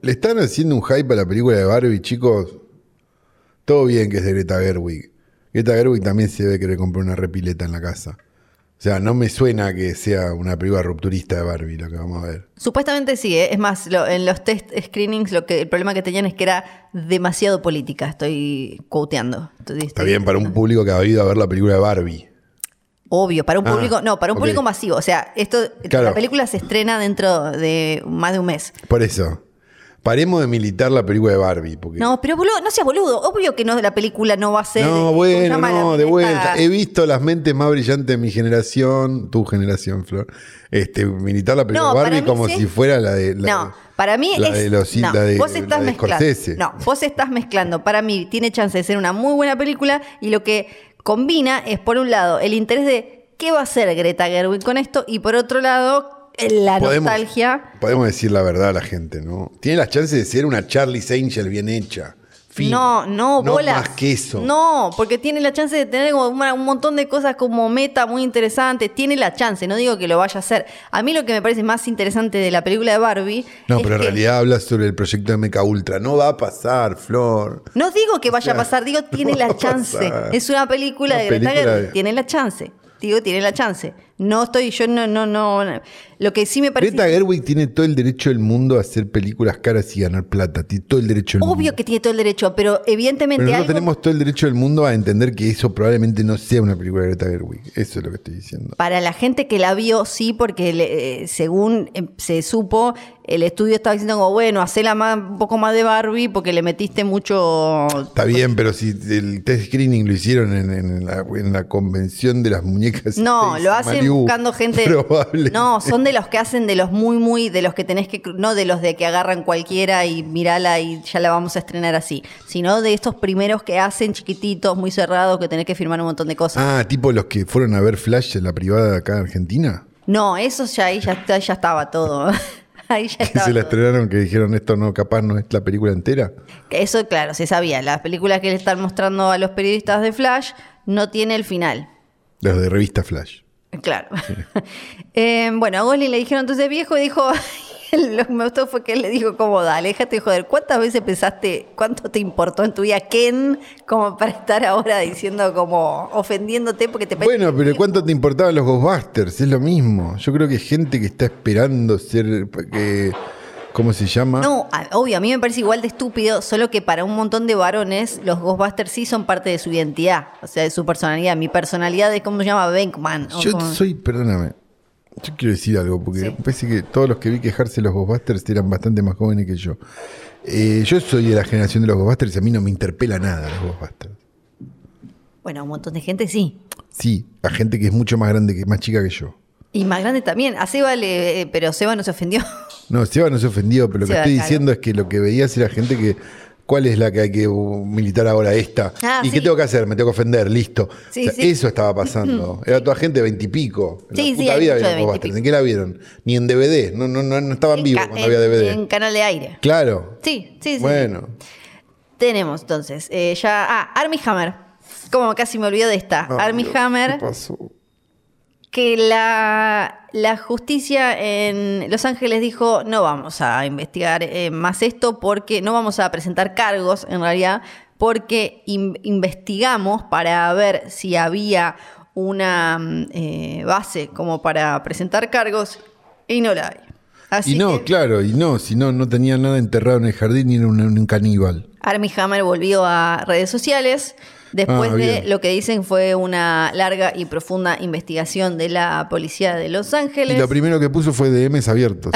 A: Le están haciendo un hype a la película de Barbie, chicos. Todo bien que es de Greta Gerwig. Greta Gerwig también se debe querer comprar una repileta en la casa. O sea, no me suena que sea una película rupturista de Barbie lo que vamos a ver.
B: Supuestamente sí, ¿eh? es más, lo- en los test screenings lo que, el problema que tenían es que era demasiado política, estoy quoteando. Estoy-
A: Está
B: estoy-
A: bien para un público que ha ido a ver la película de Barbie.
B: Obvio, para un
A: Ah,
B: público, no, para un
A: ok.
B: público masivo. O sea, esto,
A: Claro.
B: la película se estrena dentro de más de un mes.
A: Por eso, paremos de militar la película de Barbie. Porque...
B: No, pero boludo, no seas boludo. Obvio que no, la película no va a ser.
A: No,
B: ¿cómo se
A: bueno,
B: llama la-
A: no, de
B: esta-
A: vuelta. He visto las mentes más brillantes de mi generación, tu generación, Flor, este, militar la película
B: No,
A: de
B: para
A: Barbie
B: mí
A: como
B: sí.
A: si fuera la de. la
B: No,
A: de-
B: para mí
A: la
B: es.
A: De los,
B: no,
A: la de,
B: vos estás
A: la de
B: mezclando.
A: Scorsese.
B: No, vos estás mezclando. Para mí tiene chance de ser una muy buena película y lo que combina es, por un lado, el interés de qué va a hacer Greta Gerwig con esto y, por otro lado, la nostalgia.
A: Podemos decir la verdad a la gente, ¿no? Tiene las chances de ser una Charlie's Angel bien hecha. Fin.
B: No, no,
A: No
B: bolas.
A: más que eso.
B: No, porque tiene la chance de tener como una- un montón de cosas como meta muy interesante. Tiene la chance, no digo que lo vaya a hacer. A mí lo que me parece más interesante de la película de Barbie.
A: No,
B: es
A: pero en
B: que-
A: realidad habla sobre el proyecto de Mecha Ultra. No va a pasar, Flor.
B: No digo que vaya a pasar, digo tiene
A: no va
B: la
A: a
B: chance.
A: pasar.
B: Es una película
A: Una
B: de Greta
A: película
B: Gerwig,
A: de-
B: tiene la chance. Digo, tiene la chance. No estoy, yo no, no, no. no. Lo que sí me parece.
A: Greta Gerwig tiene todo el derecho del mundo a hacer películas caras y ganar plata. Tiene todo el derecho del mundo.
B: Obvio que tiene todo el derecho, pero evidentemente
A: Pero no
B: algo-
A: tenemos todo el derecho del mundo a entender que eso probablemente no sea una película de Greta Gerwig. Eso es lo que estoy diciendo.
B: Para la gente que la vio, sí, porque le- eh, según eh, se supo, el estudio estaba diciendo como, bueno, hacela más, un poco más de Barbie porque le metiste mucho...
A: Está bien, pero si el test screening lo hicieron en, en la, en la convención de las muñecas.
B: No,
A: Space
B: lo hacen
A: Malibu,
B: buscando gente...
A: Probable.
B: No, son de los que hacen de los muy, muy, de los que tenés que... cru- No de los de que agarran cualquiera y mirala y ya la vamos a estrenar así, sino de estos primeros que hacen chiquititos, muy cerrados, que tenés que firmar un montón de cosas.
A: Ah, tipo los que fueron a ver Flash en la privada acá en Argentina.
B: No, eso ya ahí ya, está- ya estaba todo. Ahí ya
A: Que
B: estaba
A: se la
B: todo.
A: estrenaron, que dijeron esto no, capaz no es la película entera.
B: Eso, claro, se sabía. Las películas que le están mostrando a los periodistas de Flash no tiene el final.
A: Los de revista Flash.
B: Claro. Eh, bueno, a Gosling le dijeron entonces viejo y dijo. Lo que me gustó fue que él le dijo como, dale, déjate de joder, ¿cuántas veces pensaste, cuánto te importó en tu vida Ken como para estar ahora diciendo como, ofendiéndote porque te parece
A: Bueno, pero ¿cuánto te importaban los Ghostbusters? Es lo mismo. Yo creo que gente que está esperando ser. eh, que- ¿Cómo se llama?
B: No, a- obvio, a mí me parece igual de estúpido, solo que para un montón de varones, los Ghostbusters sí son parte de su identidad, o sea, de su personalidad. Mi personalidad es como se llama Benkman. o
A: Yo
B: como-
A: soy, perdóname. Yo quiero decir algo, porque
B: Sí.
A: me parece que todos los que vi quejarse de los Ghostbusters eran bastante más jóvenes que yo. Eh, yo soy de la generación de los Ghostbusters y a mí no me interpela nada los Ghostbusters.
B: Bueno, un montón de gente sí.
A: Sí, a gente que es mucho más grande, que más chica que yo.
B: Y más grande también. A Seba le. eh, pero Seba no se ofendió.
A: No, Seba no se ofendió, pero lo que
B: Seba,
A: estoy
B: claro.
A: diciendo es que lo que veías era gente que. ¿Cuál es la que hay que uh, militar ahora? Esta.
B: Ah,
A: ¿Y
B: sí.
A: qué tengo que hacer? Me tengo que ofender, listo.
B: Sí,
A: O sea,
B: sí.
A: Eso estaba pasando. Era toda gente de veintipico. En
B: Sí,
A: la
B: sí,
A: puta
B: hay
A: vida
B: mucho
A: vieron
B: de
A: Ghostbusters.
B: veintipico.
A: ¿En qué la vieron? Ni en DVD. No, no, no, no estaban vivos
B: En ca-
A: cuando había DVD.
B: En, en canal de aire.
A: Claro.
B: Sí, sí, sí.
A: Bueno.
B: Tenemos entonces. eh, ya. Ah, Army Hammer. Como casi me olvido de esta. Army
A: Dios,
B: Hammer.
A: Ah, ¿Qué pasó?
B: que la, la justicia en Los Ángeles dijo no vamos a investigar eh, más esto porque no vamos a presentar cargos en realidad porque in- investigamos para ver si había una mm, eh, base como para presentar cargos y no la hay. Así
A: Y no,
B: que
A: claro, y no, si no, no tenía nada enterrado en el jardín y era un, un caníbal.
B: Armie Hammer volvió a redes sociales después
A: Ah,
B: de
A: bien.
B: lo que dicen fue una larga y profunda investigación de la policía de Los
A: Y
B: Ángeles.
A: lo primero que puso fue DMs abiertos.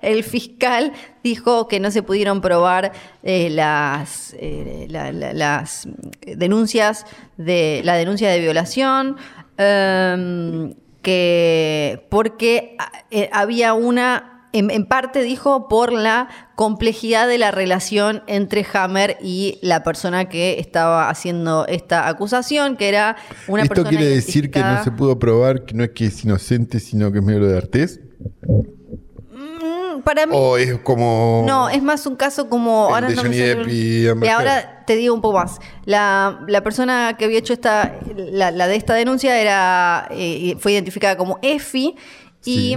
B: El fiscal dijo que no se pudieron probar eh, las, eh, la- la- las denuncias de la denuncia de violación. em, que porque ah, eh, había una, en, en parte dijo, por la complejidad de la relación entre Hammer y la persona que estaba haciendo esta acusación, que era una
A: Esto
B: persona
A: quiere decir que no
B: identificada-
A: se pudo probar que no es que es inocente, sino que es medio lo de Artés.
B: Mm, Para mí,
A: O es como.
B: No, es más un caso como.
A: El
B: ahora
A: de
B: no me
A: Johnny
B: sale
A: Depp
B: el-
A: y Amber
B: ahora te digo un poco más. La, la persona que había hecho esta, la, la de esta denuncia era eh, fue identificada como Efi y
A: Sí.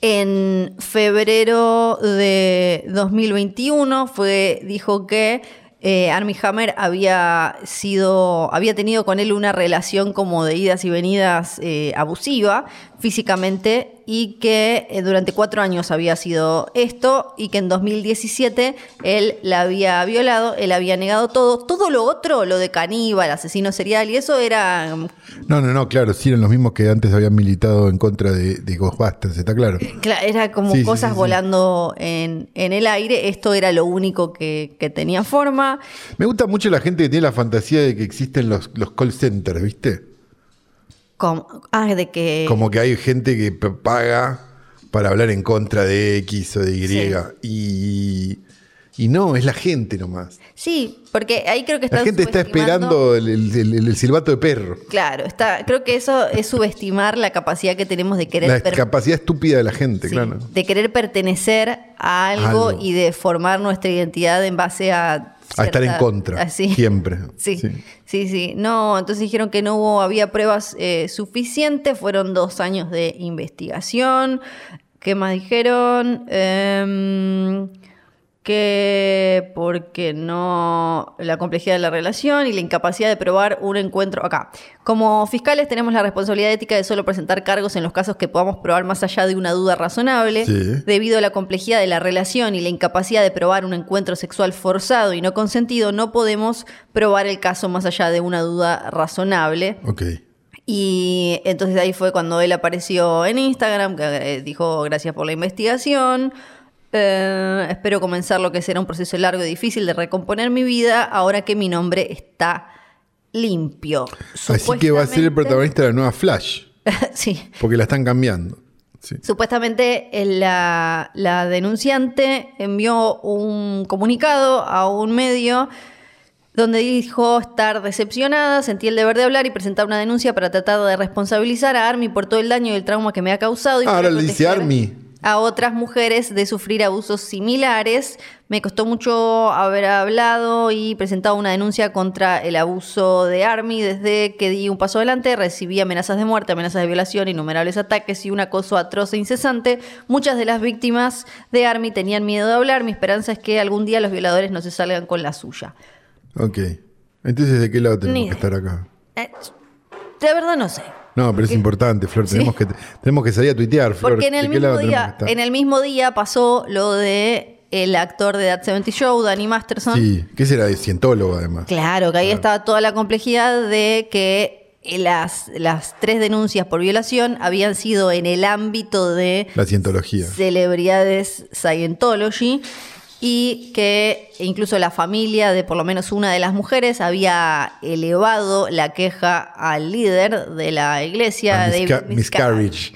B: en febrero de 2021 fue dijo que eh, Armie Hammer había sido había tenido con él una relación como de idas y venidas eh, abusiva físicamente y que eh, durante cuatro años había sido esto y que en 2017 él la había violado él había negado todo todo lo otro lo de caníbal asesino serial y eso era mm,
A: No, no, no, claro, sí eran los mismos que antes habían militado en contra de, de Ghostbusters, está claro.
B: Claro, era como
A: Sí, sí,
B: cosas
A: sí, sí.
B: volando En, en el aire. Esto era lo único que, que tenía forma.
A: Me gusta mucho la gente que tiene la fantasía de que existen los, los call centers, ¿viste?
B: Como, ah, de que.
A: Como que hay gente que p- paga para hablar en contra de X o de Y. Y, y no, es la gente nomás.
B: Sí, porque ahí creo que
A: La
B: están
A: gente está
B: subestimando-
A: esperando el, el- el- el silbato de perro.
B: Claro, está, creo que eso es subestimar la capacidad que tenemos de querer
A: La
B: per-
A: capacidad estúpida de la gente,
B: sí,
A: claro.
B: de querer pertenecer a algo,
A: Algo.
B: y de formar nuestra identidad en base a
A: A estar en
B: cierta-
A: contra.
B: Así.
A: Siempre.
B: Sí, sí, sí, No, entonces dijeron que no hubo, había pruebas eh, suficientes. Fueron dos años de investigación. ¿Qué más dijeron? Em, que porque no la complejidad de la relación y la incapacidad de probar un encuentro acá. Como fiscales tenemos la responsabilidad ética de solo presentar cargos en los casos que podamos probar más allá de una duda razonable,
A: Sí.
B: debido a la complejidad de la relación y la incapacidad de probar un encuentro sexual forzado y no consentido, no podemos probar el caso más allá de una duda razonable.
A: Ok.
B: Y entonces ahí fue cuando él apareció en Instagram, que eh, dijo gracias por la investigación. Eh, espero comenzar lo que será un proceso largo y difícil de recomponer mi vida ahora que mi nombre está limpio.
A: Así que va a ser el protagonista de la nueva Flash.
B: Supuestamente- sí.
A: Porque la están cambiando. Sí.
B: Supuestamente eh, la, la denunciante envió un comunicado a un medio donde dijo estar decepcionada, sentí el deber de hablar y presentar una denuncia para tratar de responsabilizar a Army por todo el daño y el trauma que me ha causado. Y
A: Ah,
B: para
A: ahora le dice
B: proteger
A: Army.
B: A otras mujeres de sufrir abusos similares. Me costó mucho haber hablado y presentado una denuncia contra el abuso de Army. Desde que di un paso adelante, recibí amenazas de muerte, amenazas de violación, innumerables ataques y un acoso atroz e incesante. Muchas de las víctimas de Army tenían miedo de hablar. Mi esperanza es que algún día los violadores no se salgan con la suya.
A: Ok. Entonces, ¿de qué lado tenemos
B: Ni
A: que
B: idea.
A: estar acá?
B: Eh, De verdad no sé.
A: No, pero es importante, Flor. Tenemos, que, tenemos que salir a tuitear, Flor.
B: Porque en el,
A: ¿De qué
B: mismo
A: lado tenemos
B: día,
A: que estar?
B: en el mismo día pasó lo de el actor de That 70 Show, Danny Masterson.
A: Sí, que ese era de cientólogo, además.
B: Claro, que ahí estaba toda la complejidad de que eh, las, las tres denuncias por violación habían sido en el ámbito de
A: La cientología.
B: celebridades Scientology y que incluso la familia de por lo menos una de las mujeres había elevado la queja al líder de la iglesia,
A: A
B: David
A: misca- miscarriage.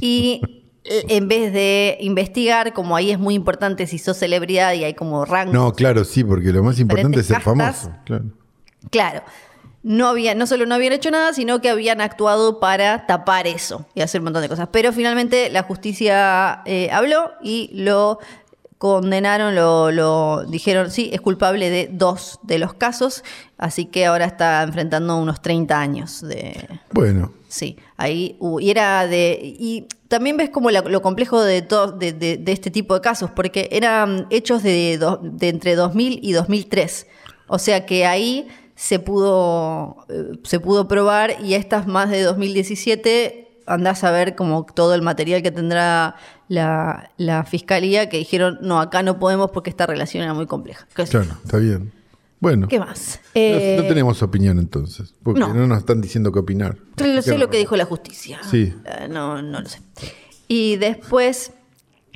B: Y en vez de investigar, como ahí es muy importante si sos celebridad y hay como rangos
A: No, claro, sí, porque lo más importante es ser
B: Diferentes
A: famoso. Claro.
B: Claro. No, había, no solo no habían hecho nada, sino que habían actuado para tapar eso y hacer un montón de cosas. Pero finalmente la justicia eh, habló y lo condenaron, lo, lo dijeron, sí, es culpable de dos de los casos, así que ahora está enfrentando unos 30 años de...
A: Bueno,
B: Sí, ahí hubo- y era de y también ves como la- lo complejo de todo de, de- de este tipo de casos porque eran hechos de, do- de entre 2000 y 2003, o sea que ahí se pudo eh, se pudo probar y estas más de 2017 andás a ver como todo el material que tendrá la, la fiscalía que dijeron no acá no podemos porque esta relación era muy compleja. ¿Qué, sé yo.
A: claro, está bien. Bueno,
B: ¿Qué más?
A: no,
B: Eh,
A: no tenemos opinión entonces, porque no.
B: no.
A: nos están diciendo qué opinar.
B: Claro, sé
A: Claro.
B: lo que dijo la justicia.
A: Sí.
B: Eh, no, no lo sé. Y después,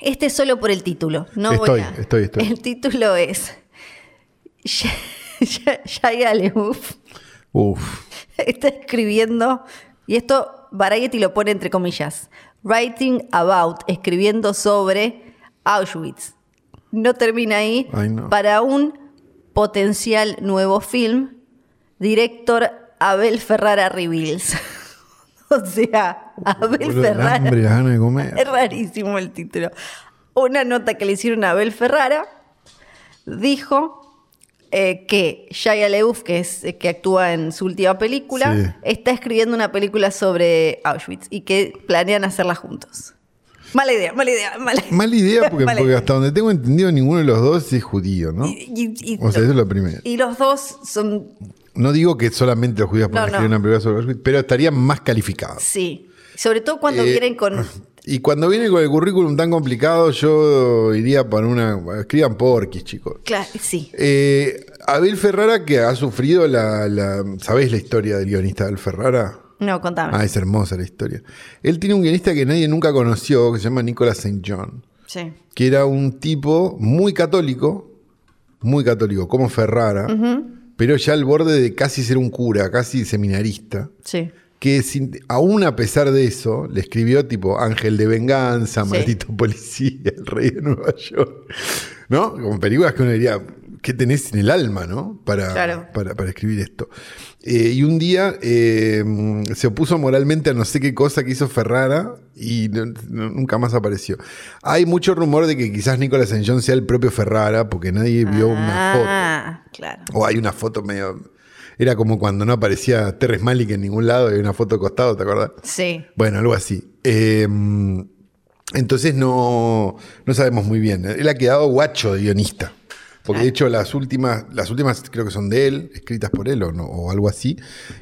B: este es solo por el título. No
A: Estoy,
B: voy a-
A: estoy, estoy.
B: El título es Ya- Ya- Shia LaBeouf
A: Uf,
B: está escribiendo, y esto Variety lo pone entre comillas, writing about, escribiendo sobre Auschwitz. No termina ahí.
A: Ay, no.
B: Para un potencial nuevo film, director Abel Ferrara Reveals. o sea, Abel
A: boludo, el
B: Ferrara.
A: hambre, las ganas de comer.
B: Es rarísimo el título. Una nota que le hicieron a Abel Ferrara dijo eh, que Shia LaBeouf, que, es, eh, que actúa en su última película,
A: Sí.
B: está escribiendo una película sobre Auschwitz y que planean hacerla juntos. Mala idea, mala idea, mala idea.
A: Mala idea, porque,
B: Mala
A: porque
B: idea.
A: hasta donde tengo entendido, ninguno de los dos es judío, ¿no?
B: Y, y- y-
A: O sea, eso es lo primero.
B: y los dos son,
A: No digo que solamente los judíos puedan
B: No, no.
A: escribir una película sobre Auschwitz, pero estarían más calificados.
B: sí. Sobre todo cuando
A: Eh,
B: vienen con...
A: Y cuando viene con el currículum tan complicado, yo iría por una. Escriban porquis, chicos.
B: Claro, sí.
A: Eh, Abel Ferrara, que ha sufrido la, la. ¿Sabés la historia del guionista Abel Ferrara?
B: No, contame.
A: Ah, es hermosa la historia. Él tiene un guionista que nadie nunca conoció, que se llama Nicholas St. John,
B: Sí.
A: que era un tipo muy católico, muy católico, como Ferrara, pero ya al borde de casi ser un cura, casi seminarista
B: Sí.
A: que sin- aún a pesar de eso, le escribió tipo Ángel de Venganza,
B: Sí.
A: Maldito Policía, El Rey de Nueva York. ¿No? Como películas que uno diría, qué tenés en el alma, ¿no? Para,
B: Claro.
A: para, para escribir esto. Eh, y un día eh, se opuso moralmente a no sé qué cosa que hizo Ferrara y no- no- nunca más apareció. Hay mucho rumor de que quizás Nicolas St. John sea el propio Ferrara porque nadie vio una foto.
B: Ah, claro.
A: O hay una foto medio. Era como cuando no aparecía Terres Malik en ningún lado y hay una foto costado, ¿te acordás?
B: Sí.
A: Bueno, algo así. Eh, entonces no, no sabemos muy bien. Él ha quedado guacho de guionista. Porque de hecho las últimas, las últimas creo que son de él, escritas por él o, no, o algo así.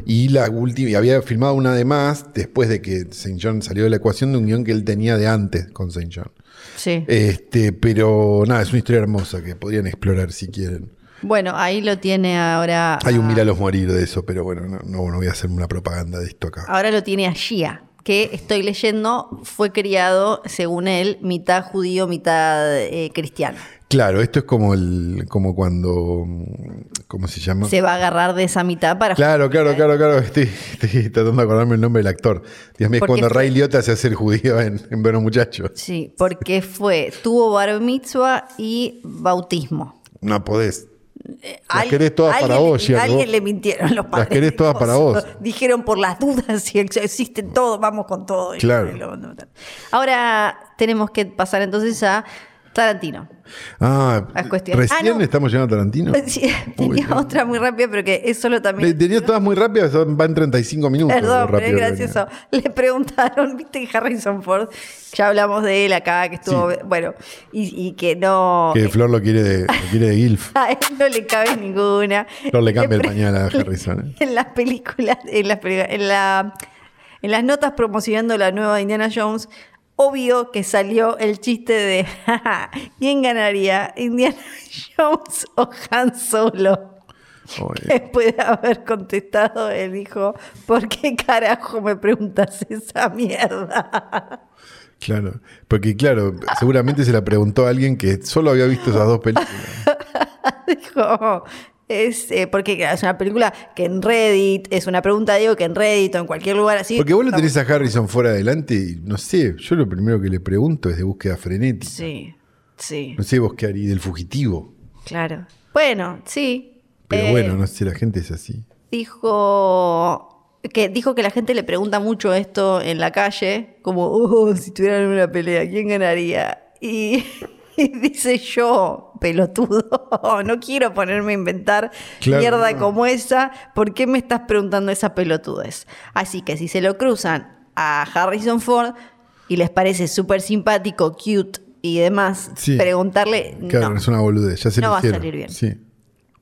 A: Y la última, y había filmado una de más después de que St. John salió de la ecuación de un guión que él tenía de antes con St. John.
B: Sí.
A: Este, pero nada, es una historia hermosa que podrían explorar si quieren.
B: Bueno, ahí lo tiene ahora. ah,
A: Hay un
B: a-
A: Míralos morir de eso, pero bueno, no, no, no voy a hacer una propaganda de esto acá.
B: Ahora lo tiene a Shia, que estoy leyendo, fue criado, según él, mitad judío, mitad eh, cristiano.
A: Claro, esto es como el, como cuando, mm, ¿cómo se llama?
B: Se va a agarrar de esa mitad para.
A: Claro, claro, claro, claro. Estoy, estoy tratando de acordarme el nombre del actor. Dios mío, es
B: Porque
A: cuando
B: fue-
A: Ray Liotta se hace el judío en, en Buenos Muchachos.
B: Sí, porque fue, tuvo bar mitzvah y bautismo.
A: No podés. Las
B: Al-
A: querés todas para
B: alguien-
A: vos, Gianni,
B: Alguien
A: vos.
B: le mintieron los padres.
A: querés
B: de
A: todas para
B: Coso.
A: vos.
B: Dijeron por las dudas si ex- existe todo, vamos con todo.
A: Claro.
B: Y lo- no, tal. Ahora tenemos que pasar entonces a Tarantino.
A: Ah,
B: A cuestión-
A: recién
B: Ah, no.
A: estamos llegando a Tarantino.
B: Sí,
A: Uy,
B: tenía
A: no.
B: otra muy rápida, pero que es solo
A: Le-
B: también.
A: Tenía todas muy rápidas, son- van 35 minutos.
B: Perdón,
A: lo
B: pero es
A: rápido que venía.
B: gracioso. Le preguntaron, viste que Harrison Ford, ya hablamos de él acá, que estuvo,
A: Sí.
B: bueno, y, y que no...
A: Que Flor lo quiere de, lo quiere de Gilf.
B: A él no le cabe ninguna.
A: Flor le cambia el
B: pre-
A: pañal a Harrison. ¿eh?
B: En las películas, en las, peli- en, la- en las notas promocionando la nueva Indiana Jones, obvio que salió el chiste de ¿quién ganaría? ¿Indiana Jones o Han Solo?
A: Ay,
B: Después de haber contestado, él dijo, ¿por qué carajo me preguntas esa mierda?
A: Claro, porque claro, seguramente se la preguntó a alguien que solo había visto esas dos películas.
B: dijo, es eh, porque claro, es una película que en Reddit, es una pregunta, digo, que en Reddit o en cualquier lugar así.
A: Porque vos lo tenés a Harrison fuera adelante y no sé, yo lo primero que le pregunto es de búsqueda frenética.
B: Sí, sí,
A: No sé vos qué harías del fugitivo.
B: claro. Bueno, sí.
A: Pero
B: Eh,
A: bueno, no sé, la gente es así.
B: Dijo que, dijo que la gente le pregunta mucho esto en la calle, como, oh, si tuvieran una pelea, ¿quién ganaría? Y, y dice yo, pelotudo, no quiero ponerme a inventar
A: Claro,
B: mierda
A: no.
B: como esa, ¿por qué me estás preguntando esas pelotudes? Así que si se lo cruzan a Harrison Ford y les parece súper simpático, cute y demás,
A: Sí.
B: preguntarle...
A: Claro,
B: no.
A: es una boludez, ya se
B: No
A: lo
B: va a
A: hicieron.
B: salir bien.
A: Sí.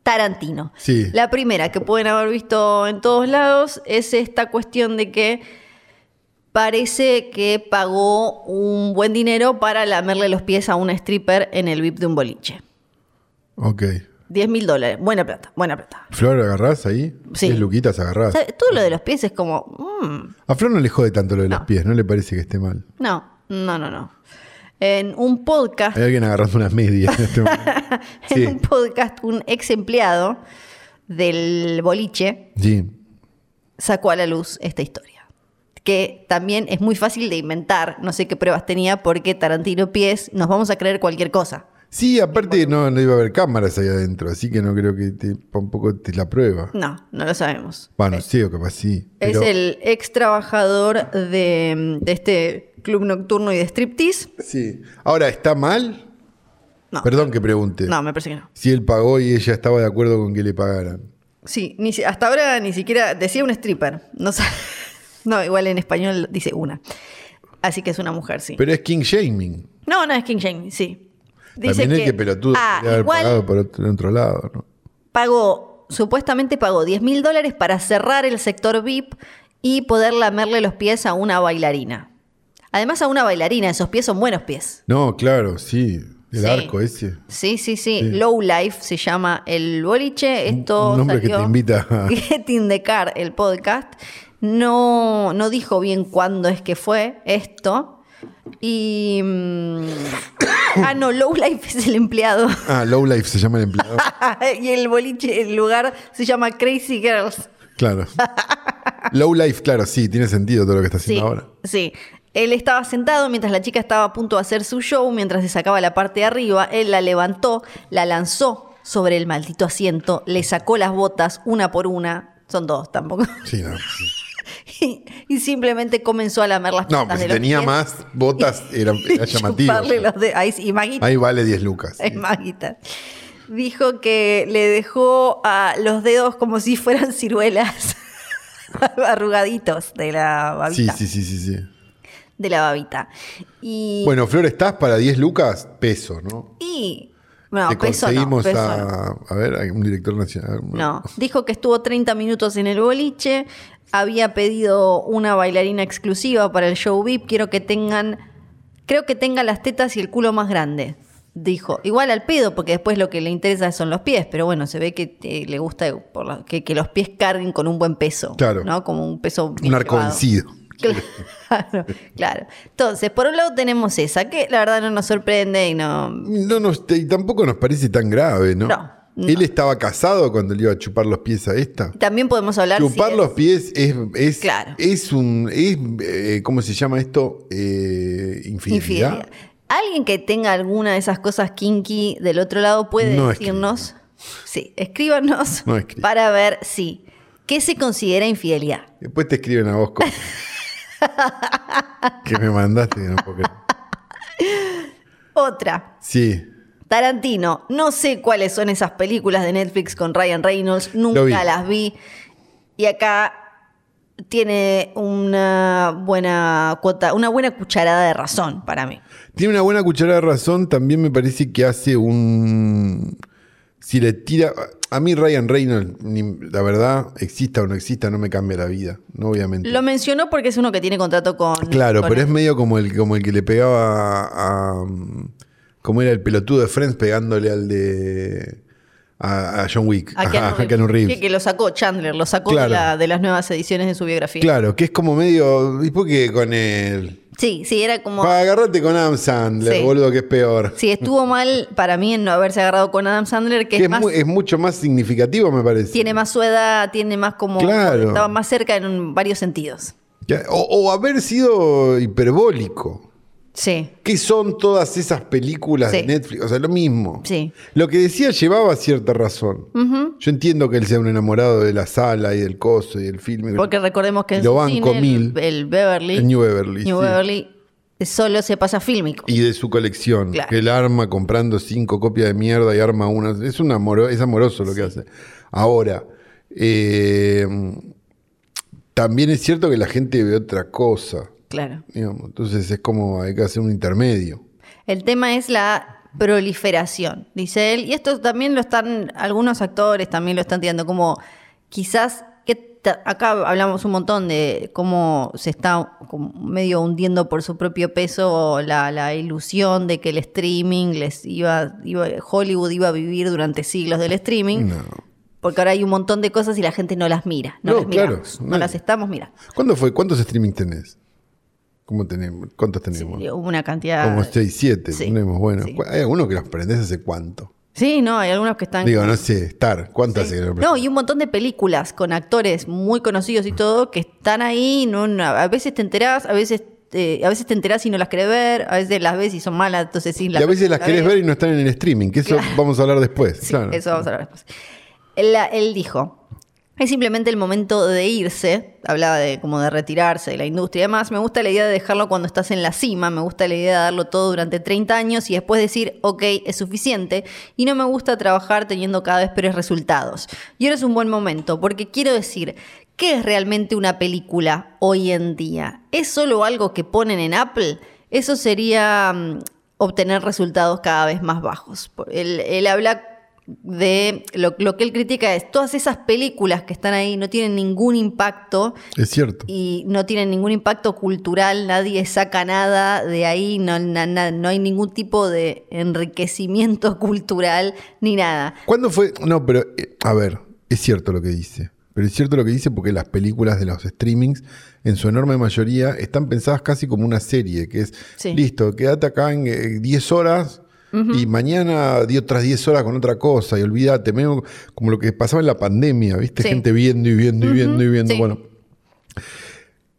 B: Tarantino.
A: Sí.
B: La primera que pueden haber visto en todos lados es esta cuestión de que parece que pagó un buen dinero para lamerle los pies a una stripper en el VIP de un boliche.
A: Ok.
B: 10 mil dólares. Buena plata, buena plata.
A: ¿Flor agarrás ahí?
B: Sí.
A: ¿Diez luquitas
B: O
A: agarrás?
B: sea, todo lo de los pies es como... mm,
A: A Flor no le jode tanto lo de los
B: No.
A: pies, no le parece que esté mal.
B: no, no, no, no. En un podcast
A: Hay alguien agarrando unas medias en este momento. Sí.
B: en un podcast, un ex empleado del boliche
A: Sí.
B: sacó a la luz esta historia. Que también es muy fácil de inventar. No sé qué pruebas tenía porque Tarantino Pies nos vamos a creer cualquier cosa.
A: Sí, aparte no, no iba a haber cámaras ahí adentro, así que no creo que te, tampoco te la prueba.
B: No, no lo sabemos.
A: Bueno, sí, o capaz sí.
B: Es
A: pero-
B: el ex trabajador de, de este club nocturno y de striptease.
A: Sí. Ahora, ¿está mal?
B: No,
A: Perdón que pregunte.
B: no, me parece que no.
A: Si él pagó y ella estaba de acuerdo con que le pagaran.
B: Sí, ni, si- hasta ahora ni siquiera decía un stripper. No, sa- no, igual en español dice una. Así que es una mujer, sí.
A: Pero es King Shaming.
B: No, no, es King James, sí.
A: También es que pelotudo
B: Ah,
A: podría haber
B: igual
A: pagado por otro, otro lado, ¿no?
B: pagó, supuestamente pagó 10 mil dólares para cerrar el sector VIP y poder lamerle los pies a una bailarina. Además, a una bailarina, esos pies son buenos pies.
A: No, claro, sí. El
B: Sí.
A: arco ese.
B: Sí, sí, sí.
A: Sí.
B: Low Life se llama el boliche. Esto
A: un nombre que
B: salió-
A: te invita a-
B: Get in the Car, el podcast. No, no dijo bien cuándo es que fue esto. Y. mm, ah, no, Low Life es el empleado.
A: Ah, Lowlife se llama el empleado.
B: y el boliche, el lugar se llama Crazy Girls.
A: claro. Lowlife, claro, sí, tiene sentido todo lo que está haciendo
B: Sí,
A: ahora.
B: sí. Él estaba sentado mientras la chica estaba a punto de hacer su show, mientras se sacaba la parte de arriba, él la levantó, la lanzó sobre el maldito asiento, le sacó las botas una por una, son dos tampoco,
A: Sí, no.
B: y, y simplemente comenzó a lamer las
A: No,
B: patas
A: pues
B: de
A: si
B: los
A: tenía
B: pies
A: más botas, era, era
B: y
A: llamativo.
B: chuparle los de- ahí sí, y maguitas,
A: Ahí vale 10 lucas.
B: ahí maguitas. Dijo que le dejó a los dedos como si fueran ciruelas arrugaditos de la
A: Sí,
B: babita.
A: sí, sí, sí, sí.
B: De la babita. Y,
A: Bueno, Flor, estás para 10 lucas, peso, ¿no?
B: y bueno,
A: Te
B: peso no,
A: conseguimos
B: peso no.
A: a, a ver, a un director nacional.
B: No, dijo que estuvo 30 minutos en el boliche, había pedido una bailarina exclusiva para el show VIP, quiero que tengan, creo que tengan las tetas y el culo más grande, dijo. Igual al pedo, porque después lo que le interesa son los pies, pero bueno, se ve que eh, le gusta por la- que, que los pies carguen con un buen peso,
A: Claro.
B: ¿no? Como un peso... bien
A: Un arconcido.
B: elevado. Claro, claro. Entonces, por un lado tenemos esa, que la verdad no nos sorprende y no...
A: No nos, y tampoco nos parece tan grave, ¿no?
B: No, no.
A: Él estaba casado cuando le iba a chupar los pies a esta.
B: También podemos hablar... si
A: Chupar
B: es-
A: los pies es, es,
B: Claro.
A: es un. Es, eh, ¿Cómo se llama esto? Eh, infidelidad.
B: Infidelidad. Alguien que tenga alguna de esas cosas kinky del otro lado puede
A: No
B: decirnos. Sí, escríbanos
A: No escriban.
B: para ver si. ¿Qué se considera infidelidad?
A: Después te escriben a vos cosas. que me mandaste, no puedo creer.
B: Otra.
A: Sí.
B: Tarantino. No sé cuáles son esas películas de Netflix con Ryan Reynolds. Nunca
A: Lo vi.
B: las vi. Y acá tiene una buena cuota, una buena cucharada de razón para mí.
A: Tiene una buena cucharada de razón. También me parece que hace un. Si le tira. A mí, Ryan Reynolds, ni- la verdad, exista o no exista, no me cambia la vida. No voy a mentir.
B: Lo mencionó porque es uno que tiene contrato con.
A: Claro,
B: con
A: pero
B: el-
A: es medio como el, como el que le pegaba a. um, como era el pelotudo de Friends pegándole al de. a, a John Wick.
B: A
A: Ajá,
B: Keanu
A: a Keanu Reeves.
B: Que, que lo sacó Chandler, lo sacó
A: Claro.
B: de, la- de las nuevas ediciones de su biografía.
A: Claro, que es como medio. ¿Y por qué con él?
B: Sí, sí, era como.
A: Pa, agarrate con Adam Sandler,
B: Sí.
A: boludo, que es peor.
B: Sí, estuvo mal para mí en no haberse agarrado con Adam Sandler,
A: Que
B: que es,
A: es,
B: más.
A: mu- es mucho más significativo, me parece.
B: Tiene más su edad, tiene más como.
A: Claro.
B: Estaba más cerca en un- varios sentidos.
A: Ya, O, o haber sido hiperbólico.
B: Sí.
A: ¿Qué son todas esas películas de
B: Sí.
A: Netflix? O sea, lo mismo.
B: Sí.
A: Lo que decía llevaba cierta razón. Yo entiendo que él sea un enamorado de la sala y del coso y del filme.
B: Porque recordemos que
A: Y
B: en
A: lo
B: su
A: banco
B: cine,
A: mil.
B: el, el Beverly.
A: El New Beverly,
B: New
A: sí.
B: Beverly solo se pasa fílmico.
A: Y de su colección.
B: Claro.
A: Que él arma comprando cinco copias de mierda y arma una. Es, un amoro, es amoroso lo que hace. Ahora, eh, también es cierto que la gente ve otra cosa.
B: Claro.
A: digamos. Entonces es como hay que hacer un intermedio.
B: El tema es la proliferación, dice él. Y esto también lo están, algunos actores también lo están tirando, como quizás, que ta- acá hablamos un montón de cómo se está como medio hundiendo por su propio peso la, la ilusión de que el streaming les iba, iba, Hollywood iba a vivir durante siglos del streaming.
A: No.
B: Porque ahora hay un montón de cosas y la gente no las mira. No,
A: No,
B: las miramos,
A: claro,
B: no
A: nadie.
B: las estamos mirando.
A: ¿Cuándo fue? ¿Cuántos streaming tenés? ¿Cómo tenemos? ¿Cuántos tenemos?
B: Hubo una cantidad.
A: como este 6, 7
B: sí,
A: tenemos. Bueno,
B: sí.
A: ¿cu- hay algunos que los prendés hace cuánto.
B: Sí, no, hay algunos que están.
A: Digo, no sé, Star, ¿cuántas hace que lo
B: No, y un montón de películas con actores muy conocidos y todo que están ahí. No, no, a veces te enterás, a veces, eh, a veces te enterás y no las querés ver, a veces las ves y son malas, entonces sí.
A: y a veces las querés ver y no están en el streaming, que eso vamos a hablar después.
B: Sí,
A: claro.
B: eso vamos a hablar después. Él, la- él dijo, es simplemente el momento de irse, hablaba de como de retirarse de la industria y demás, me gusta la idea de dejarlo cuando estás en la cima, me gusta la idea de darlo todo durante 30 años y después decir, ok, es suficiente, y no me gusta trabajar teniendo cada vez peores resultados. Y ahora es un buen momento, porque quiero decir, ¿qué es realmente una película hoy en día? ¿Es solo algo que ponen en Apple? Eso sería mm, obtener resultados cada vez más bajos. Por- Él, él habla de lo, lo que él critica es todas esas películas que están ahí no tienen ningún impacto
A: Es cierto.
B: y no tienen ningún impacto cultural, nadie saca nada de ahí, no, na- na- no hay ningún tipo de enriquecimiento cultural ni nada.
A: ¿Cuándo fue? No, pero eh, a ver, es cierto lo que dice. Pero es cierto lo que dice porque las películas de los streamings, en su enorme mayoría, están pensadas casi como una serie, que es,
B: Sí.
A: listo, quédate acá en eh, 10 horas y mañana di otras 10 horas con otra cosa y olvídate, medio como lo que pasaba en la pandemia, ¿viste?
B: Sí.
A: Gente viendo y viendo y viendo y viendo.
B: sí.
A: Bueno,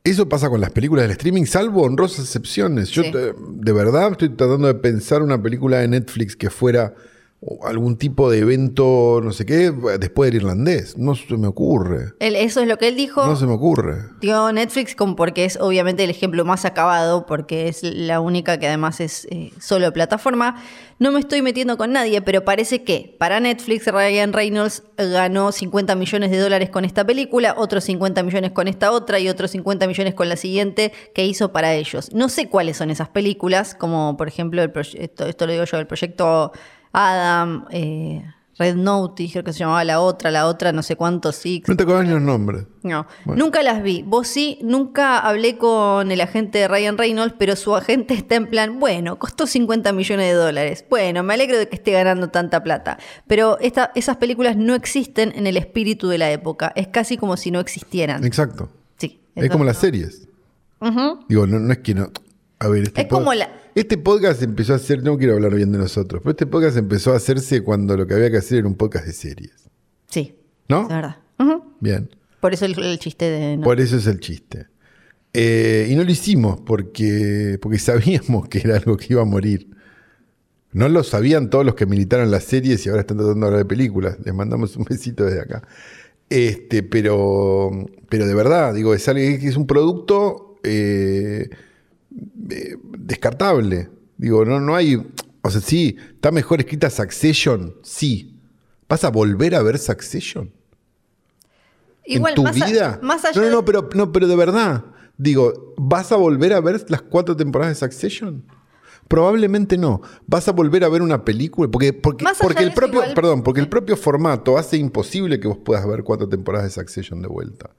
A: eso pasa con las películas del streaming, salvo honrosas excepciones. Yo
B: Sí.
A: te- de verdad estoy tratando de pensar una película de Netflix que fuera o algún tipo de evento, no sé qué, después del irlandés. No se me ocurre.
B: Él- eso es lo que él dijo.
A: No se me ocurre.
B: Dio Netflix como porque es obviamente el ejemplo más acabado, porque es la única que además es eh, solo plataforma. No me estoy metiendo con nadie, pero parece que para Netflix Ryan Reynolds ganó 50 millones de dólares con esta película, otros 50 millones con esta otra y otros 50 millones con la siguiente que hizo para ellos. No sé cuáles son esas películas, como por ejemplo el proyecto, esto lo digo yo, el proyecto Adam, eh, Red Notice, creo que se llamaba la otra, la otra no sé cuánto, Six.
A: No te acordás ni los nombres.
B: No,
A: Bueno.
B: nunca las vi. Vos sí, nunca hablé con el agente de Ryan Reynolds, pero su agente está en plan, bueno, costó 50 millones de dólares. Bueno, me alegro de que esté ganando tanta plata. Pero esta- esas películas no existen en el espíritu de la época. Es casi como si no existieran.
A: Exacto.
B: Sí.
A: Es como las series.
B: Ujú.
A: Digo, no, no es que no. A ver, este,
B: Es como
A: pod-
B: la-
A: este podcast empezó a hacer. No quiero hablar bien de nosotros, pero este podcast empezó a hacerse cuando lo que había que hacer era un podcast de series.
B: Sí,
A: ¿No?
B: es verdad. Ujú.
A: Bien.
B: Por eso el, el chiste de... no.
A: Por eso es el chiste. Eh, y no lo hicimos porque, porque sabíamos que era algo que iba a morir. No lo sabían todos los que militaron las series y ahora están tratando de hablar de películas. Les mandamos un besito desde acá. Este, pero, pero de verdad, digo, es, algo- es un producto eh, eh, descartable. Digo, no, no hay. O sea, sí, está mejor escrita Succession, sí. ¿Vas a volver a ver Succession?
B: Igual,
A: en tu
B: más a-
A: vida.
B: más allá
A: no, no,
B: de-
A: no, pero, no, pero de verdad. Digo, ¿vas a volver a ver las cuatro temporadas de Succession? Probablemente no. ¿Vas a volver a ver una película? Porque, porque,
B: Más allá
A: porque
B: de
A: el
B: eso,
A: propio,
B: igual-
A: perdón, porque el propio formato hace imposible que vos puedas ver cuatro temporadas de Succession de vuelta.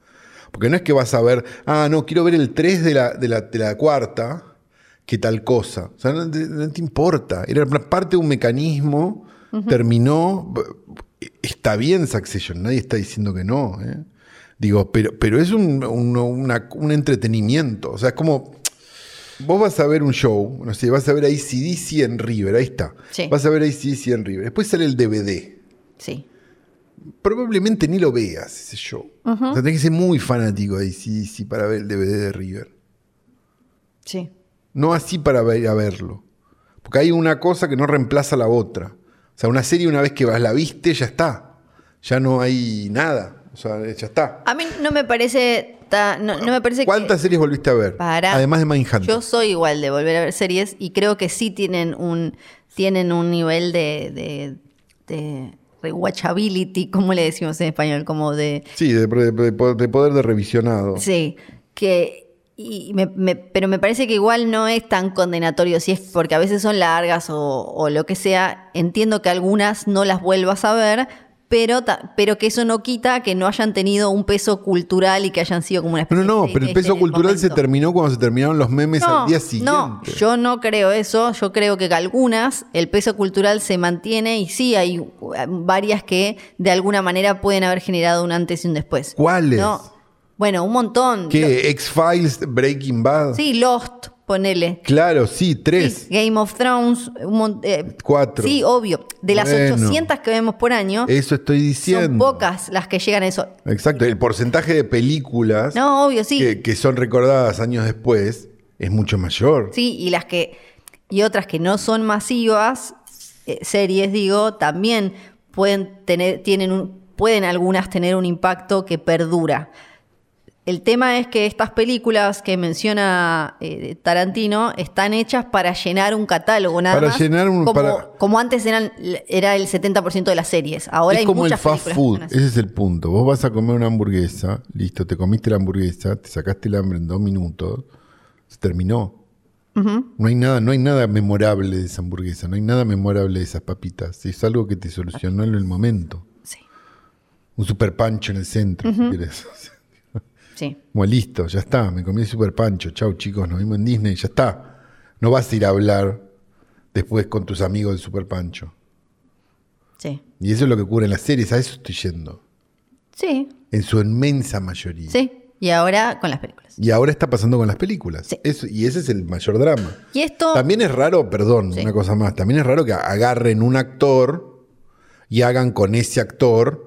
A: Porque no es que vas a ver, ah, no, quiero ver el 3 de la, de la, de la cuarta, que tal cosa. O sea, no, te- no te importa. Era una parte de un mecanismo, terminó. b- Está bien Succession, nadie está diciendo que no. ¿eh? Digo, pero, pero es un, un- una- un entretenimiento. O sea, es como. Vos vas a ver un show, no sé, vas a ver ACDC en River, ahí está.
B: Sí.
A: Vas a ver ACDC en River. Después sale el DVD
B: Sí.
A: probablemente ni lo veas ese show. O sea, tenés que ser muy fanático de ACDC para ver el DVD de River.
B: Sí.
A: No así para ver- a verlo. Porque hay una cosa que no reemplaza la otra. O sea, una serie una vez que vas- la viste, ya está. Ya no hay nada. O sea, ya está.
B: A mí no me parece... tan- no, no me parece que-
A: ¿Cuántas series volviste a ver?
B: Para-
A: Además de Mindhunter.
B: Yo soy igual de volver a ver series y creo que sí tienen un, tienen un nivel de, de, de rewatchability, como le decimos en español, como de...
A: Sí, de, de- de- de poder de revisionado.
B: Sí, que... Y me- me- pero me parece que igual no es tan condenatorio, si es porque a veces son largas o, o lo que sea. Entiendo que algunas no las vuelvas a ver, pero, ta- pero que eso no quita que no hayan tenido un peso cultural y que hayan sido como una
A: No,
B: especie
A: no, no,
B: de
A: pero el
B: eje en
A: peso cultural se
B: momento.
A: terminó cuando se terminaron los memes al día siguiente.
B: No, yo no creo eso. Yo creo que algunas el peso cultural se mantiene y sí hay eh, varias que de alguna manera pueden haber generado un antes y un después.
A: ¿Cuáles?
B: No. Bueno, un montón.
A: ¿Qué? ¿X-Files? ¿Breaking Bad?
B: Lo- Sí, Lost, ponele.
A: Claro, sí, tres,
B: Sí, Game of Thrones, un mon- eh,
A: cuatro.
B: Sí, obvio. De las
A: Bueno.
B: 800 que vemos por año,
A: Eso estoy diciendo.
B: son pocas las que llegan a eso.
A: Exacto, el porcentaje de películas
B: No, obvio, sí.
A: que, que son recordadas años después es mucho mayor.
B: Sí, y las que. Y otras que no son masivas, eh, series, digo, también pueden tener, tienen un, pueden algunas tener un impacto que perdura. El tema es que estas películas que menciona eh, Tarantino están hechas para llenar un catálogo, nada
A: Para
B: más.
A: llenar un-
B: como,
A: para-
B: como antes eran, era el 70% de las series. Ahora
A: es
B: hay
A: como el
B: muchas
A: fast
B: películas que
A: food,
B: son así.
A: ese es el punto. Vos vas a comer una hamburguesa, listo, te comiste la hamburguesa, te sacaste el hambre en dos minutos, se terminó. No hay nada, no hay nada memorable de esa hamburguesa, no hay nada memorable de esas papitas. Es algo que te solucionó en el momento.
B: Sí,
A: Un super pancho en el centro, si querés.
B: sí.
A: Bueno, listo, ya está, me comí el super pancho, chau chicos, nos vimos en Disney, ya está. No vas a ir a hablar después con tus amigos del super pancho.
B: Sí.
A: Y eso es lo que ocurre en las series, a eso estoy yendo.
B: Sí.
A: En su inmensa mayoría.
B: Sí. Y ahora con las películas.
A: Y ahora está pasando con las películas.
B: Sí.
A: Eso- y ese es el mayor drama.
B: Y esto.
A: También es raro, perdón,
B: Sí.
A: una cosa más, también es raro que agarren un actor y hagan con ese actor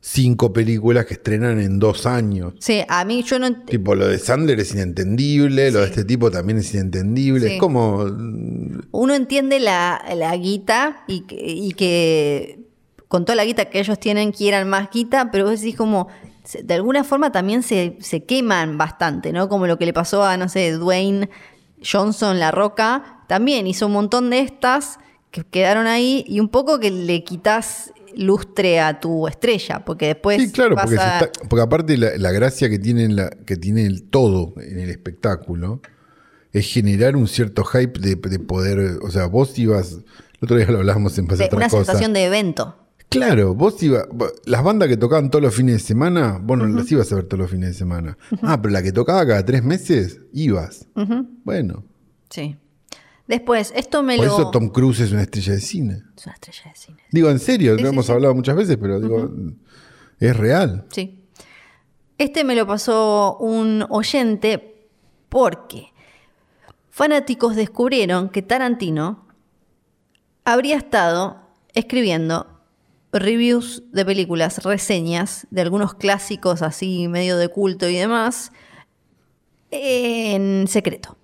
A: cinco películas que estrenan en dos años.
B: Sí, a mí yo no. ent-
A: Tipo, lo de Sandler es inentendible, lo de este tipo también es inentendible.
B: Sí.
A: Es como. mm, increíble.
B: Uno entiende la, la guita y, que- y que con toda la guita que ellos tienen quieran más guita, pero vos decís como, se- de alguna forma también se, se queman bastante, ¿no? Como lo que le pasó a, no sé, Dwayne Johnson, La Roca, también hizo un montón de estas que quedaron ahí y un poco que le quitas lustre a tu estrella, porque después...
A: sí, claro, porque,
B: vas a-
A: se está- porque aparte la, la gracia que tiene, la, que tiene el todo en el espectáculo es generar un cierto hype de, de poder. O sea, vos ibas. El otro día lo hablábamos en Pasa
B: de- una
A: Otra Cosa.
B: sensación de evento.
A: Claro, vos ibas. Las bandas que tocaban todos los fines de semana, vos no las ibas a ver todos los fines de semana. Ah, pero la que tocaba cada tres meses, ibas. Bueno,
B: Sí. Después, esto me
A: por
B: lo...
A: eso Tom Cruise es una estrella de cine.
B: Es una estrella de cine.
A: Digo, en serio,
B: Sí,
A: lo
B: sí,
A: hemos
B: sí.
A: hablado muchas veces, pero digo, es real.
B: Sí. Este me lo pasó un oyente porque fanáticos descubrieron que Tarantino habría estado escribiendo reviews de películas, reseñas de algunos clásicos así medio de culto y demás en secreto.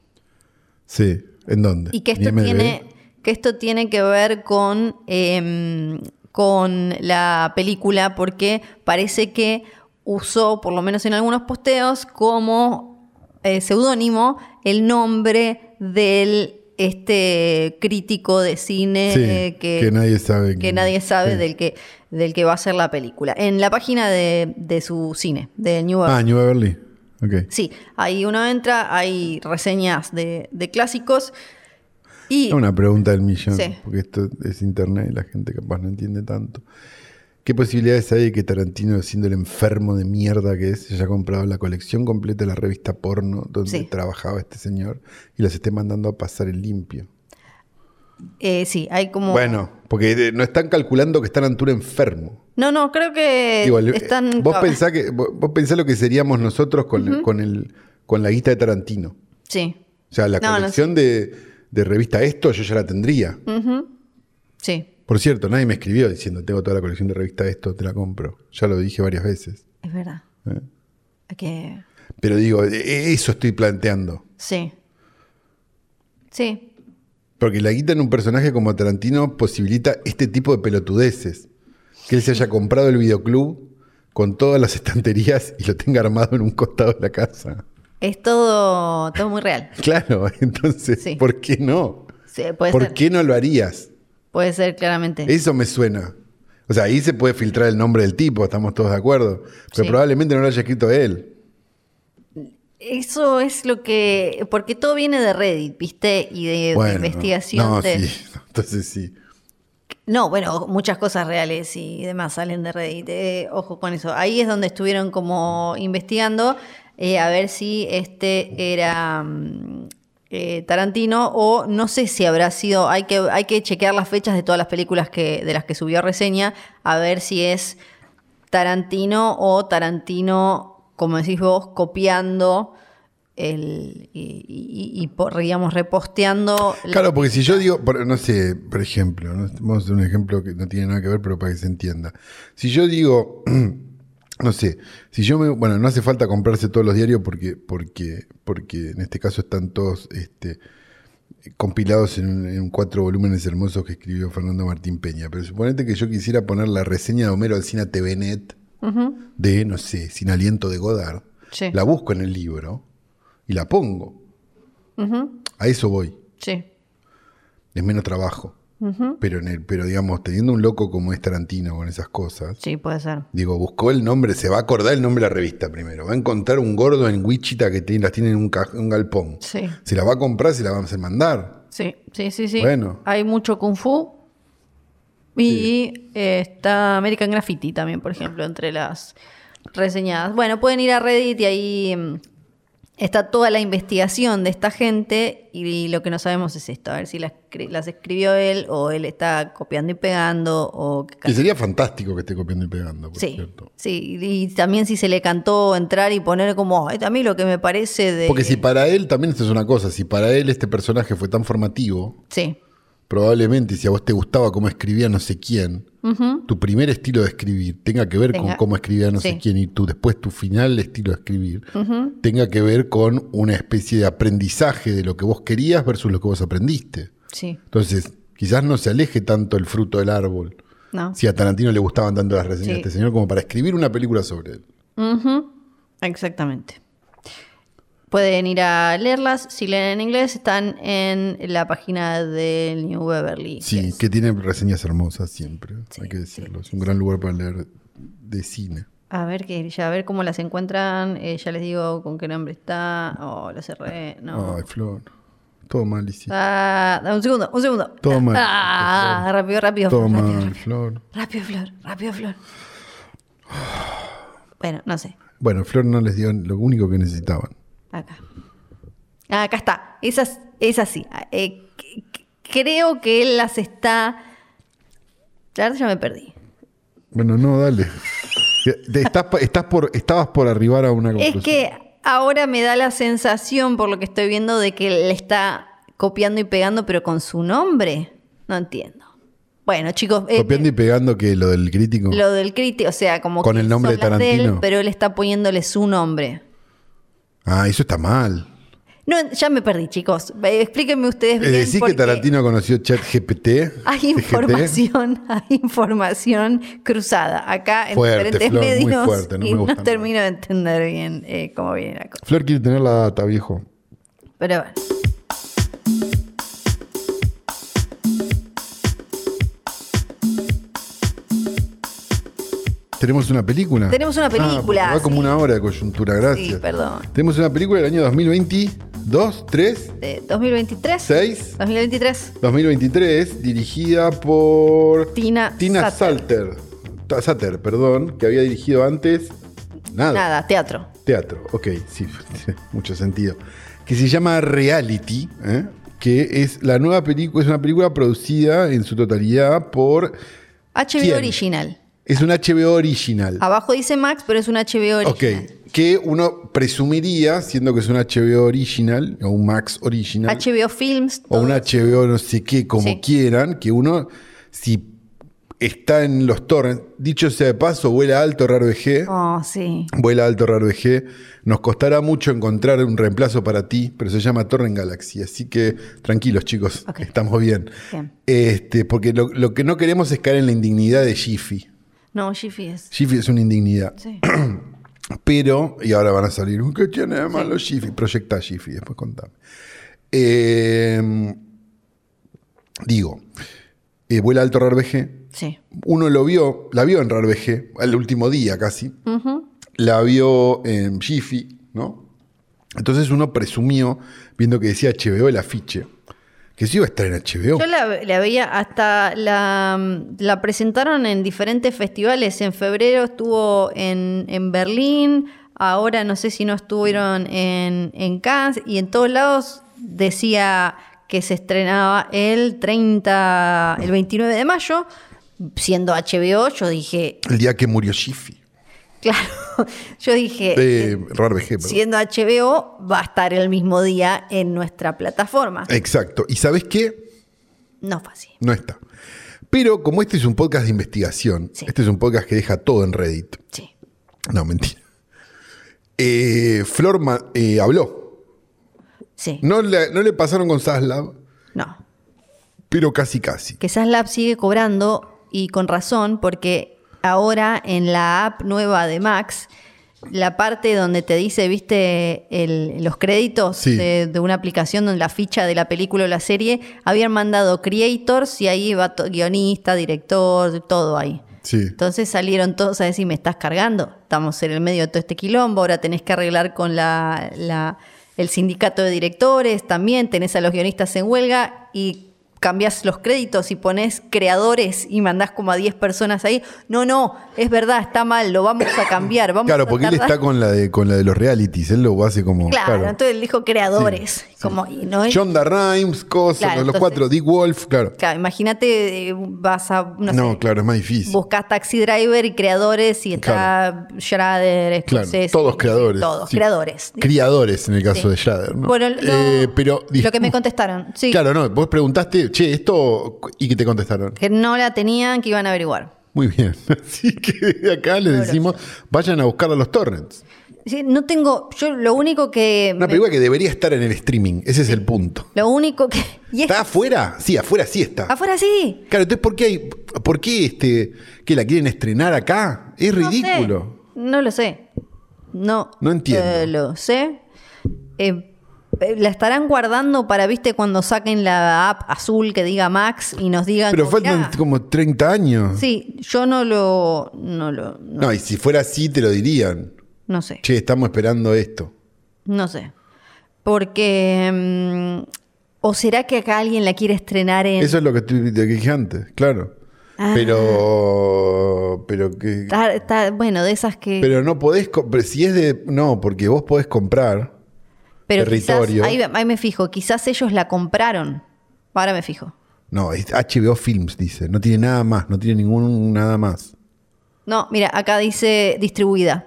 A: Sí, ¿en dónde?
B: Y que esto
A: ¿En IMDb?
B: tiene que esto tiene que ver con eh, con la película porque parece que usó por lo menos en algunos posteos como eh, seudónimo el nombre del este crítico de cine
A: Sí,
B: eh, que,
A: que nadie sabe
B: que
A: quién-
B: nadie sabe
A: sí.
B: del que del que va a ser la película en la página de, de su cine de New York
A: Ah, New Beverly. Ok.
B: sí ahí uno entra hay reseñas de, de clásicos y
A: Es Una pregunta del millón,
B: Sí.
A: porque esto es internet y la gente capaz no entiende tanto. ¿Qué posibilidades hay de que Tarantino, siendo el enfermo de mierda que es, se haya comprado la colección completa de la revista porno donde
B: Sí.
A: trabajaba este señor y las esté mandando a pasar el limpio?
B: Eh, sí, hay como.
A: Bueno, porque eh, no están calculando que está Antuna enfermo.
B: No, no, creo que
A: Igual, eh,
B: están.
A: vos, pensá que, vos vos pensá lo que seríamos nosotros con, el- con, el, con la guita de Tarantino.
B: Sí,
A: O sea, la
B: No, no
A: colección de, de revista Esto yo ya la tendría.
B: sí,
A: Por cierto, nadie me escribió diciendo, tengo toda la colección de revista Esto, te la compro. Ya lo dije varias veces.
B: es verdad.
A: ¿eh?
B: Hay Que...
A: Pero digo, e- eso estoy planteando.
B: Sí. Sí,
A: Porque la guita en un personaje como Tarantino posibilita este tipo de pelotudeces. Que él se haya comprado el videoclub con todas las estanterías y lo tenga armado en un costado de la casa.
B: es todo, todo muy real.
A: Claro, entonces,
B: Sí.
A: ¿por qué no?
B: Sí, puede
A: ¿Por
B: ser.
A: qué no lo harías?
B: Puede ser claramente.
A: Eso me suena. O sea, ahí se puede filtrar el nombre del tipo, estamos todos de acuerdo. Pero
B: Sí.
A: probablemente no lo haya escrito él.
B: Eso es lo que. Porque todo viene de Reddit, ¿viste? Y de- de,
A: Bueno,
B: investigación.
A: No,
B: de-
A: sí, entonces sí.
B: No, bueno, muchas cosas reales y demás salen de Reddit. eh, ojo con eso. Ahí es donde estuvieron como investigando eh, a ver si este era mm, eh, Tarantino o no sé si habrá sido. Hay que, hay que chequear las fechas de todas las películas que, de las que subió reseña a ver si es Tarantino o Tarantino, como decís vos, copiando el, y, y- y por- digamos, reposteando. la-
A: Claro, porque si yo digo, por- no sé, por ejemplo, ¿no? vamos a hacer un ejemplo que no tiene nada que ver, pero para que se entienda. Si yo digo, no sé, si yo me, bueno, no hace falta comprarse todos los diarios porque, porque, porque en este caso están todos este, compilados en, un- en cuatro volúmenes hermosos que escribió Fernando Martín Peña. Pero suponete que yo quisiera poner la reseña de Homero Alcina TVNet de, no sé, Sin Aliento de Godard.
B: Sí.
A: La busco en el libro y la pongo. A eso voy
B: Sí,
A: es menos trabajo. Pero en el, pero digamos, teniendo un loco como es Tarantino con esas cosas,
B: sí, puede ser.
A: digo, buscó el nombre, se va a acordar el nombre de la revista primero. Va a encontrar un gordo en Wichita que te- las tiene en un, ca- un galpón.
B: Sí.
A: Se la va a comprar, se la vamos a mandar.
B: Sí, sí, sí, sí.
A: Bueno.
B: Hay mucho kung fu. Y eh, está American Graffiti también, por ejemplo, entre las reseñadas. Bueno, pueden ir a Reddit y ahí mm, está toda la investigación de esta gente y lo que no sabemos es esto, a ver si las, escri- las escribió él o él está copiando y pegando o qué
A: Y sería fantástico que esté copiando y pegando, por
B: Sí,
A: cierto.
B: sí, y también si se le cantó entrar y poner como, "Ay, a mí lo que me parece de...
A: Porque si para él, también esto es una cosa, si para él este personaje fue tan formativo,
B: Sí,
A: probablemente si a vos te gustaba cómo escribía no sé quién, tu primer estilo de escribir tenga que ver con
B: Tenga-
A: cómo escribía no sé
B: sí.
A: quién y tu, después tu final estilo de escribir tenga que ver con una especie de aprendizaje de lo que vos querías versus lo que vos aprendiste.
B: Sí.
A: Entonces, quizás no se aleje tanto el fruto del árbol.
B: No.
A: Si a Tarantino le gustaban tanto las reseñas de
B: Sí.
A: este señor como para escribir una película sobre él.
B: Ujú, Exactamente. Pueden ir a leerlas. Si leen en inglés, están en la página del New Beverly.
A: Sí,
B: Hills.
A: que tiene reseñas hermosas siempre,
B: Sí,
A: hay que decirlo. Es un gran lugar para leer de cine.
B: A ver que, ya a ver cómo las encuentran. Eh, ya les digo con qué nombre está. Oh, lo cerré. No.
A: Ay, Flor. Todo mal, Isi.
B: Ah, dame un segundo, un segundo.
A: Toma.
B: Ah, rápido, rápido.
A: Todo
B: rápido,
A: mal,
B: rápido.
A: Flor.
B: Rápido, Flor, rápido, Flor. Bueno, no sé.
A: Bueno, Flor no les dio lo único que necesitaban.
B: Acá. Ah, Acá está. Esas, esas sí. Eh, c- c- creo que él las está. La verdad ya me perdí.
A: Bueno, no, dale. Te- estás, pa- estás por, estabas por arribar a una conclusión.
B: Es que ahora me da la sensación, por lo que estoy viendo, de que le está copiando y pegando, pero con su nombre. No entiendo. Bueno, chicos, eh,
A: Copiando y pegando que lo del crítico.
B: lo del crítico, o sea, como
A: Con
B: que
A: el nombre de
B: son las él,
A: Tarantino.
B: pero él está poniéndole su nombre.
A: Ah, eso está mal.
B: No, ya me perdí, chicos. Eh, Explíquenme ustedes
A: Eh,
B: bien.
A: ¿Decís
B: por
A: que
B: qué.
A: Tarantino conoció ChatGPT?
B: Hay
A: CGT?
B: información, hay información cruzada acá en
A: Fuerte,
B: diferentes
A: Flor, muy
B: medios
A: fuerte, no
B: y
A: me gusta
B: no
A: nada.
B: termino de entender bien eh, cómo viene la cosa.
A: Flor quiere tener la data, viejo.
B: Pero bueno.
A: Tenemos una película.
B: Tenemos una
A: Ah, porque
B: película,
A: va como
B: sí.
A: una hora de coyuntura, gracias.
B: Sí, perdón.
A: Tenemos una película del año 2022, 3,
B: Eh, 2023.
A: 6,
B: 2023.
A: 2023, dirigida por
B: Tina,
A: Tina
B: Satter.
A: Salter. Ta- Satter, perdón, que había dirigido antes nada.
B: Nada, teatro.
A: Teatro, ok, sí, tiene mucho sentido. Que se llama Reality, ¿eh? que es la nueva película, es una película producida en su totalidad por.
B: HBO
A: ¿Quién?
B: original.
A: Es un HBO original.
B: Abajo dice Max, pero es un
A: Ok,
B: HBO Ah, original.
A: que uno presumiría, siendo que es un HBO original, o un Max original,
B: HBO Films.
A: o
B: todo.
A: un HBO no sé qué, como
B: Sí.
A: quieran, que uno, si está en los torrents, dicho sea de paso, vuela alto, raro eje.
B: Oh, sí.
A: Vuela alto, raro eje. Nos costará mucho encontrar un reemplazo para ti, pero se llama Torrent Galaxy. Así que tranquilos, chicos,
B: Ok.
A: estamos bien.
B: Bien.
A: Este, porque lo, lo que no queremos es caer en la indignidad de Jiffy.
B: No, Jiffy es.
A: Jiffy es una indignidad.
B: Sí.
A: Pero, y ahora van a salir, ¿qué tiene de malo Jiffy? Proyecta Jiffy, después contame. Eh, digo, eh, vuela alto raro eje.
B: sí.
A: Uno lo vio, la vio en Raro VG, al último día casi. La vio en Jiffy, ¿no? Entonces uno presumió, viendo que decía HBO el afiche, que se iba a estar en HBO.
B: Yo la, la veía hasta la, la presentaron en diferentes festivales. En febrero estuvo en, en Berlín, ahora no sé si no estuvieron en, en Cannes y en todos lados decía que se estrenaba el 30, el 29 de mayo. Siendo HBO, yo dije,
A: El día que murió Jiffy.
B: claro, yo dije,
A: Eh, Raro VG, perdón.
B: siendo HBO, va a estar el mismo día en nuestra plataforma.
A: Eh. Exacto. ¿Y sabes qué?
B: No fácil.
A: No está. Pero como este es un podcast de investigación,
B: Sí.
A: este es un podcast que deja todo en Reddit.
B: Sí.
A: No, mentira. Eh, Flor ma- eh, habló.
B: Sí.
A: No le, no le pasaron con Saslav,
B: No.
A: pero casi casi.
B: que Saslab sigue cobrando y con razón porque ahora en la app nueva de Max la parte donde te dice, viste, el- los créditos
A: Sí.
B: de, de una aplicación donde la ficha de la película o la serie, habían mandado creators y ahí va to- guionista, director, todo ahí.
A: Sí.
B: Entonces salieron todos a decir, me estás cargando, estamos en el medio de todo este quilombo, ahora tenés que arreglar con la, la- el sindicato de directores, también tenés a los guionistas en huelga y cambiás los créditos y ponés creadores y mandás como a 10 personas ahí. No, no, es verdad, está mal, lo vamos a cambiar. Vamos
A: Claro,
B: a
A: porque él
B: tardar".
A: está con la de con la de los realities, él lo hace como.
B: Claro,
A: Claro.
B: entonces él dijo creadores. Como, y no es-
A: Shonda Rhimes, cosas,
B: Claro,
A: los
B: entonces-
A: cuatro, Dick Wolf, claro.
B: Claro, imagínate, eh, vas a, no,
A: No,
B: sé,
A: claro, es más difícil.
B: buscas Taxi Driver y creadores y está Schrader,
A: Claro,
B: Scorsese,
A: todos creadores.
B: Todos,
A: sí.
B: creadores.
A: Criadores en el caso
B: Sí.
A: de Shader, ¿no?
B: Bueno, lo,
A: Eh, pero,
B: lo que me contestaron, sí,
A: Claro, no, vos preguntaste, che, esto, y que te contestaron.
B: que no la tenían, que iban a averiguar.
A: Muy bien. Así que acá les decimos, vayan a buscar a los torrents.
B: Sí, No tengo. Yo lo único que.
A: Una película que debería estar en el streaming, ese es el punto.
B: Lo único que. y es-
A: ¿Está afuera? Sí, afuera sí está.
B: Afuera sí.
A: Claro, entonces, ¿por qué, hay, ¿por qué este, que la quieren estrenar acá? Es
B: No sé.
A: ridículo.
B: No lo sé. No.
A: No entiendo.
B: eh, lo sé. Eh, eh, la estarán guardando para, viste, cuando saquen la app azul que diga Max y nos digan.
A: Pero
B: como,
A: faltan
B: "Mirá".
A: como 30 años.
B: Sí, yo no lo. No lo. No,
A: No, y si fuera así, te lo dirían.
B: no sé.
A: Che, estamos esperando esto.
B: No sé. Porque. mm, ¿O será que acá alguien la quiere estrenar en.
A: Eso es lo que estoy- te dije antes, claro.
B: Ah.
A: Pero. Pero que.
B: Está- está- bueno, de esas que.
A: Pero no podés. co- pero si es de. No, porque vos podés comprar.
B: Pero
A: Territorio.
B: quizás, ahí, ahí me fijo, quizás ellos la compraron. Ahora me fijo.
A: No, es HBO Films, dice. No tiene nada más, no tiene ningún nada más.
B: No, mira, acá dice distribuida.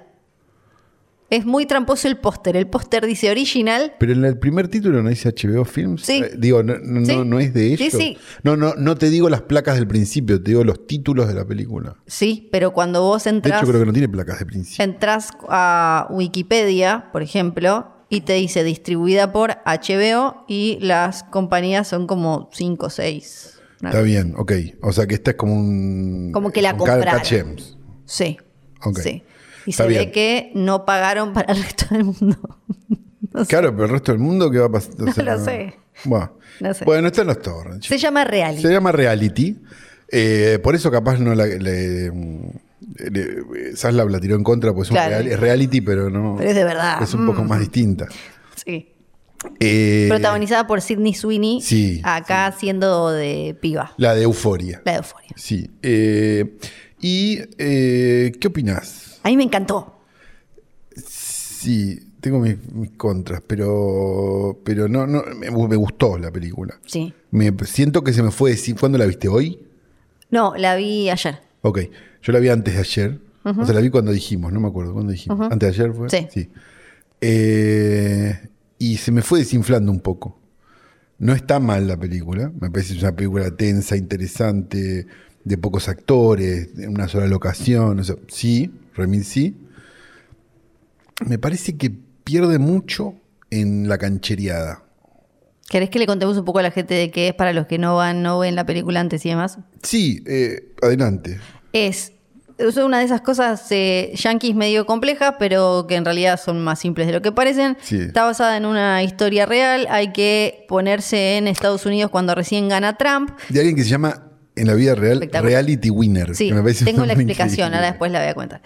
B: Es muy tramposo el póster. El póster dice original.
A: Pero en el primer título no dice HBO Films.
B: Sí.
A: Eh, digo, no, no,
B: Sí.
A: no- no es de
B: Sí,
A: ellos.
B: sí.
A: No, no, no te digo las placas del principio, te digo los títulos de la película.
B: Sí, pero cuando vos
A: De
B: entras,
A: hecho, creo que no tiene placas de principio.
B: entras a Wikipedia, por ejemplo, y te dice distribuida por HBO y las compañías son como 5 o 6.
A: Está bien, ok. O sea que esta es como un.
B: Como que la
A: un Cat-
B: compraron.
A: Catchems.
B: Sí.
A: Ok.
B: sí. Y
A: Está
B: se
A: bien.
B: ve que no pagaron para el resto del mundo.
A: Claro, pero el resto del mundo, ¿qué va a pasar? O sea,
B: lo sé.
A: Bueno,
B: No sé.
A: bueno esto no está Torrent.
B: Se llama Reality.
A: Se llama reality. Eh, por eso capaz no la... Le, mm, le- Zaslav la tiró en contra, pues es un
B: Claro.
A: real- es reality, pero no...
B: Pero es de verdad. Mm.
A: Es un poco más distinta.
B: Sí.
A: Eh,
B: Protagonizada por Sidney Sweeney.
A: sí,
B: Acá siendo de piba.
A: La de Euforia.
B: La de Euforia.
A: Sí. Eh, ¿Y eh, qué opinás?
B: A mí me encantó.
A: Sí, tengo mis, mis contras, pero, pero no, no me, me gustó la película.
B: Sí.
A: Me siento que se me fue decir, ¿cuándo la viste hoy?
B: No, la vi ayer.
A: Ok, yo la vi antes de ayer. O sea, la vi cuando dijimos, no me acuerdo, cuando dijimos. ¿Antes de ayer fue?
B: Sí.
A: Eh, y se me fue desinflando un poco. No está mal la película, me parece una película tensa, interesante, de pocos actores, en una sola locación. O sea, sí, Remil sí. Me parece que pierde mucho en la canchereada.
B: ¿Querés que le contemos un poco a la gente de qué es para los que no van, no ven la película antes y demás?
A: Sí, eh, adelante.
B: Es, es una de esas cosas eh, yanquis medio complejas, pero que en realidad son más simples de lo que parecen.
A: Sí.
B: Está basada en una historia real. Hay que ponerse en Estados Unidos cuando recién gana Trump.
A: De alguien que se llama en la vida real
B: Espectacular.
A: Reality Winner.
B: Sí,
A: que me parece un
B: tengo la
A: nombre
B: explicación,
A: increíble.
B: ahora después la voy a contar.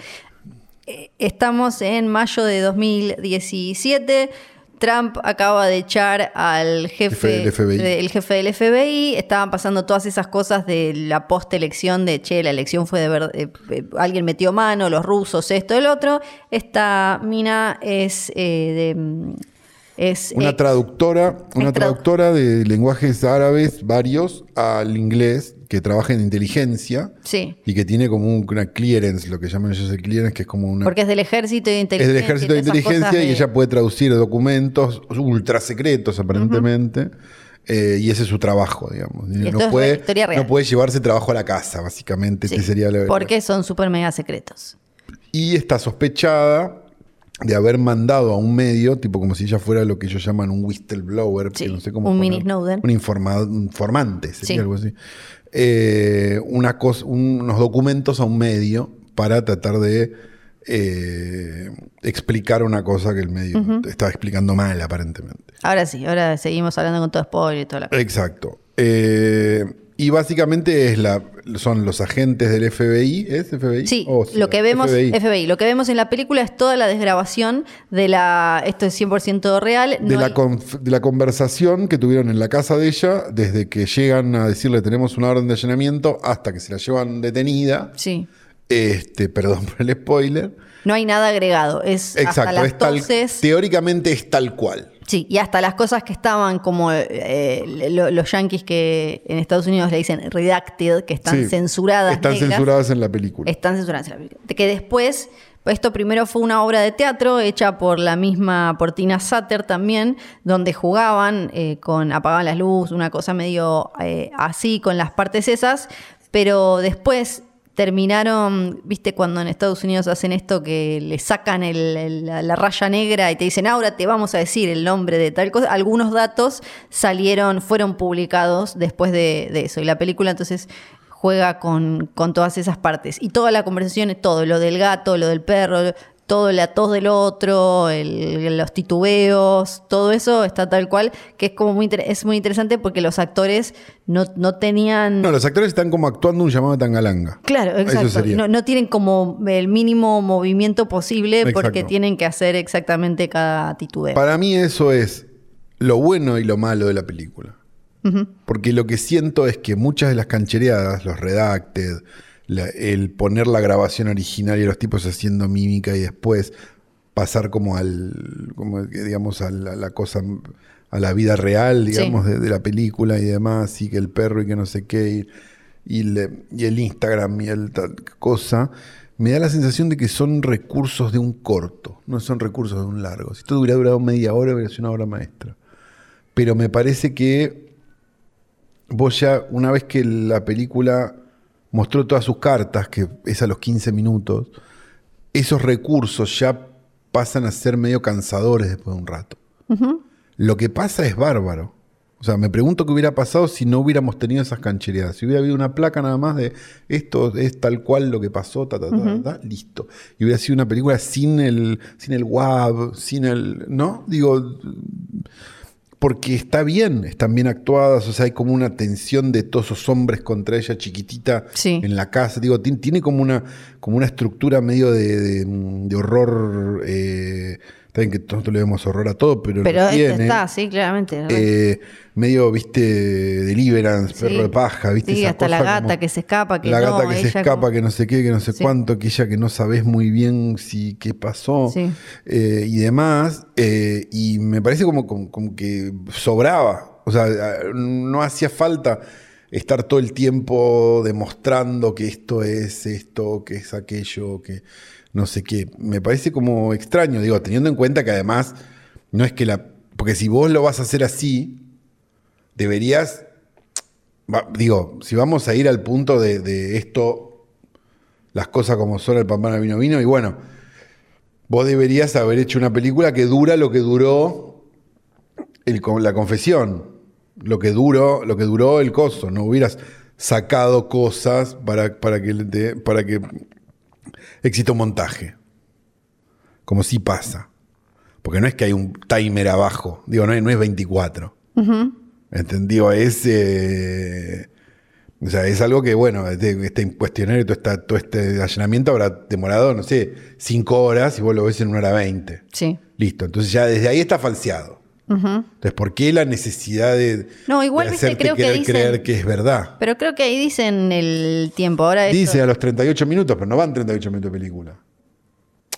B: Eh, Estamos en mayo de 2017. Trump acaba de echar al
A: Jefe
B: jefe,
A: del FBI.
B: de- el jefe del FBI. Estaban pasando todas esas cosas de la postelección, de che, la elección fue de verdad, alguien metió mano, los rusos, esto, el otro. Esta mina es eh, de, mm, es
A: Una
B: ex-
A: traductora, una
B: Eh, tradu-
A: traductora de lenguajes árabes varios al inglés que trabaja en inteligencia
B: Sí,
A: y que tiene como un- una clearance, lo que llaman ellos el clearance, que es como una
B: porque es del ejército de
A: es
B: inteligencia.
A: del ejército de
B: y todas esas
A: inteligencia
B: cosas
A: y
B: de-
A: ella puede traducir documentos ultra secretos aparentemente. eh, y ese es su trabajo, digamos.
B: Y esto
A: no,
B: es
A: puede,
B: historia real.
A: no puede llevarse trabajo a la casa, básicamente.
B: Sí,
A: Este sería la-
B: porque son súper mega secretos.
A: y está sospechada de haber mandado a un medio, tipo como si ella fuera lo que ellos llaman un whistleblower,
B: Sí,
A: que no sé cómo
B: un mini Snowden.
A: un informa- un informante, sería
B: Sí.
A: algo así, Eh, una cosa, un- unos documentos a un medio para tratar de eh, explicar una cosa que el medio estaba explicando mal, aparentemente.
B: Ahora sí, ahora seguimos hablando con todo spoiler y toda la cosa.
A: Exacto. Eh, y básicamente es la, son los agentes del FBI, ¿es FBI?
B: Sí,
A: O sea,
B: lo que vemos
A: FBI.
B: FBI, lo que vemos en la película es toda la desgrabación de la esto es 100% real,
A: de,
B: no
A: la
B: hay-
A: conf- de la conversación que tuvieron en la casa de ella, desde que llegan a decirle tenemos una orden de allanamiento hasta que se la llevan detenida.
B: sí.
A: Este, perdón por el spoiler.
B: No hay nada agregado, es hasta
A: Exacto,
B: las
A: es tal,
B: toses,
A: teóricamente es tal cual.
B: sí, y hasta las cosas que estaban como eh, lo- los yankees que en Estados Unidos le dicen redacted, que están
A: Sí.
B: censuradas,
A: Están
B: negras,
A: censuradas en la película.
B: Están censuradas en la película. Que después, esto primero fue una obra de teatro hecha por la misma, por Tina Satter también, donde jugaban eh, con, apagaban las luces, una cosa medio eh, así, con las partes esas, pero después terminaron, viste, cuando en Estados Unidos hacen esto que le sacan el- el- la, la raya negra y te dicen, ahora te vamos a decir el nombre de tal cosa. Algunos datos salieron, fueron publicados después de, de eso. Y la película entonces juega con, con todas esas partes. Y toda la conversación es todo, lo del gato, lo del perro, lo- todo el atos del otro, el- los titubeos, todo eso está tal cual, que es como muy, inter- es muy interesante porque los actores no, no tenían...
A: No, los actores están como actuando un llamado de Tangalanga.
B: Claro,
A: Eso
B: exacto.
A: sería.
B: No, no tienen como el mínimo movimiento posible porque
A: Exacto.
B: tienen que hacer exactamente cada titubeo.
A: Para mí eso es lo bueno y lo malo de la película.
B: Ujú.
A: Porque lo que siento es que muchas de las canchereadas, los redacted, la- el poner la grabación original y los tipos haciendo mímica y después pasar como al, como que digamos, a la, la cosa, a la vida real, digamos, de, de la película y demás, y que el perro y que no sé qué, y, y le- y el Instagram y el tal cosa, me da la sensación de que son recursos de un corto, no son recursos de un largo. Si esto hubiera durado media hora, hubiera sido una obra maestra. Pero me parece que vos ya, una vez que la película mostró todas sus cartas, que es a los 15 minutos, esos recursos ya pasan a ser medio cansadores después de un rato. Lo que pasa es bárbaro. O sea, me pregunto qué hubiera pasado si no hubiéramos tenido esas canchereadas. Si hubiera habido una placa nada más de esto es tal cual lo que pasó, ta, ta, ta, ta, listo. Y hubiera sido una película sin el, sin el wab, sin el. ¿No? Digo, porque está bien, están bien actuadas, o sea, hay como una tensión de todos esos hombres contra ella chiquitita
B: Sí.
A: en la casa, digo, ti- tiene como una, como una estructura medio de, de- de horror, eh, está bien que nosotros le vemos horror a todo, pero, lo
B: Pero este
A: tiene.
B: está, sí, claramente.
A: Eh, medio, viste, deliverance,
B: Sí.
A: perro de paja, viste.
B: Sí,
A: Esa
B: hasta la
A: cosa
B: gata
A: como-
B: que se escapa, que
A: la
B: no,
A: gata que se
B: ella
A: escapa,
B: como-
A: que no sé qué, que no sé
B: Sí.
A: cuánto, que ella que no sabes muy bien si qué pasó
B: Sí.
A: eh, y demás. eh, y me parece como, como- como que sobraba. O sea, a- no hacía falta estar todo el tiempo demostrando que esto es esto, que es aquello, que no sé qué. Me parece como extraño, digo, teniendo en cuenta que además no es que la... Porque si vos lo vas a hacer así, deberías Va- digo, si vamos a ir al punto de, de esto, las cosas como son, el pampano vino vino, y bueno, vos deberías haber hecho una película que dura lo que duró el con- la confesión, lo que duró, lo que duró el coso, no hubieras sacado cosas para, para que le- te- para que exista un montaje. Como si pasa. Porque no es que hay un timer abajo, digo, no, es- no es 24. ¿Entendido? Es. eh, o sea, es algo que, bueno, este, este cuestionario, todo, esta- todo este allanamiento habrá demorado, no sé, cinco horas y vos lo ves en una hora veinte.
B: Sí.
A: Listo. Entonces ya desde ahí está falseado.
B: Ujú.
A: Entonces, ¿por qué la necesidad de,
B: No, igual,
A: de
B: viste,
A: hacerte
B: creo que
A: querer
B: dicen-
A: creer que es verdad?
B: Pero creo que ahí dicen el tiempo. Ahora esto-
A: Dice a los 38 minutos, pero no van 38 minutos de película.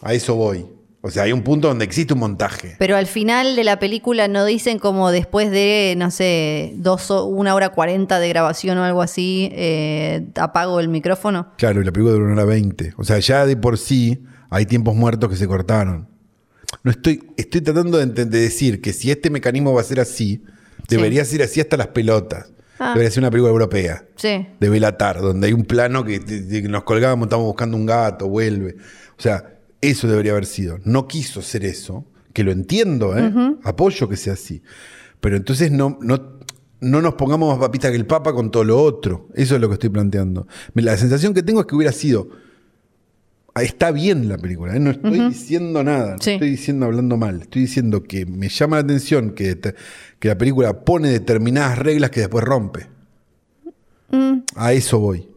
A: A eso voy. O sea, hay un punto donde existe un montaje.
B: Pero al final de la película no dicen como después de, no sé, dos o una hora cuarenta de grabación o algo así, eh, apago el micrófono.
A: Claro, y la película duró una hora 20. O sea, ya de por sí hay tiempos muertos que se cortaron. No estoy, estoy tratando de, ente- de decir que si este mecanismo va a ser así, debería ser así hasta las pelotas.
B: Ah.
A: Debería ser una película europea,
B: Sí.
A: de Belatar, donde hay un plano que, de- de que nos colgábamos, estamos buscando un gato, vuelve. O sea, eso debería haber sido. No quiso ser eso, que lo entiendo, ¿eh? apoyo que sea así. Pero entonces no, no, no nos pongamos más papistas que el Papa con todo lo otro. Eso es lo que estoy planteando. Me- La sensación que tengo es que hubiera sido. ah, Está bien la película, ¿eh? no estoy diciendo nada, no
B: Sí.
A: estoy diciendo hablando mal, estoy diciendo que me llama la atención que, te- que la película pone determinadas reglas que después rompe. A eso voy.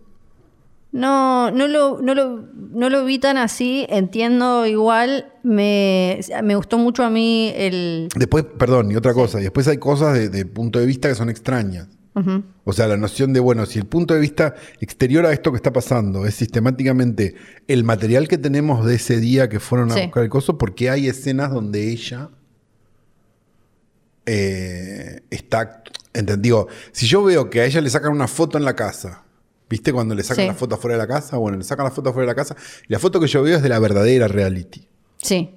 B: No, no lo, no, lo, no lo vi tan así, entiendo igual, me, me gustó mucho a mí el...
A: Después, perdón, y otra cosa, y después hay cosas de, de punto de vista que son extrañas.
B: Ujú.
A: O sea, la noción de, bueno, si el punto de vista exterior a esto que está pasando es sistemáticamente el material que tenemos de ese día que fueron a
B: Sí.
A: buscar el coso, porque hay escenas donde ella eh, está, entendido. Si yo veo que a ella le sacan una foto en la casa, ¿viste? Cuando le sacan
B: Sí.
A: la foto afuera de la casa, bueno, le sacan la foto afuera de la casa, y la foto que yo veo es de la verdadera reality.
B: Sí,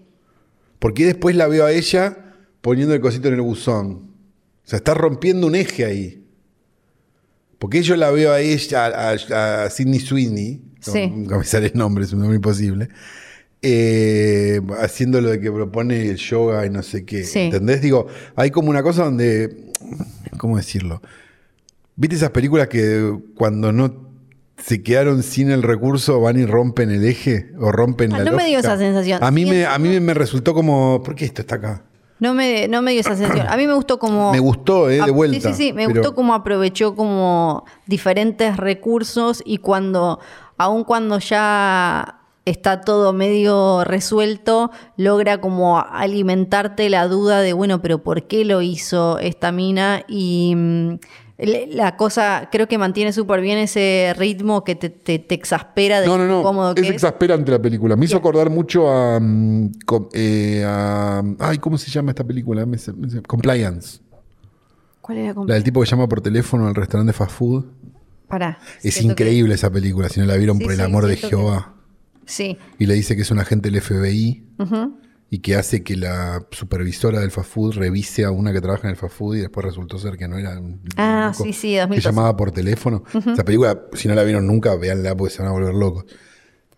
A: Porque después la veo a ella poniendo el cosito en el buzón. O sea, está rompiendo un eje ahí. Porque yo la veo a ella, a, a Sidney Sweeney, no,
B: Sí.
A: nunca me sale el nombre, es un nombre imposible, eh, haciendo lo de que propone el yoga y no sé qué.
B: Sí.
A: ¿Entendés? Digo, hay como una cosa donde. ¿Cómo decirlo? ¿Viste esas películas que cuando no se quedaron sin el recurso van y rompen el eje o rompen
B: Ah,
A: la
B: no me dio
A: lógica?
B: esa sensación.
A: A mí, me,
B: Siento-
A: a mí me resultó como, ¿por qué esto está acá?
B: No me, no me dio esa sensación. A mí me gustó como...
A: Me gustó, eh, de
B: Ah, sí,
A: vuelta,
B: Sí, sí, me
A: pero-
B: gustó como aprovechó como diferentes recursos y cuando, aun cuando ya está todo medio resuelto, logra como alimentarte la duda de, bueno, pero ¿por qué lo hizo esta mina? Y mm, le- la cosa, creo que mantiene súper bien ese ritmo que te, te- te exaspera de
C: No, no, no.
B: cómodo que
C: Es
B: es.
C: exasperante la película. Me hizo acordar mucho a, mm, com- eh, a- Ay, ¿cómo se llama esta película? Me se- me se- Compliance.
B: ¿Cuál era?
A: La del tipo que llama por teléfono al restaurante fast food.
B: Pará,
A: Es
B: siento que-
A: increíble esa película, si no la vieron
B: Sí,
A: por el
B: sí,
A: amor de
B: siento que-
A: Jehová.
B: Sí.
A: Y le dice que es un agente del FBI
B: Ujú.
A: y que hace que la supervisora del fast food revise a una que trabaja en el fast food y después resultó ser que no era. un
B: Ah,
A: loco
B: sí, sí,
A: Que
B: 2012.
A: llamaba por teléfono. Esa película, si no la vieron nunca, véanla porque se van a volver locos.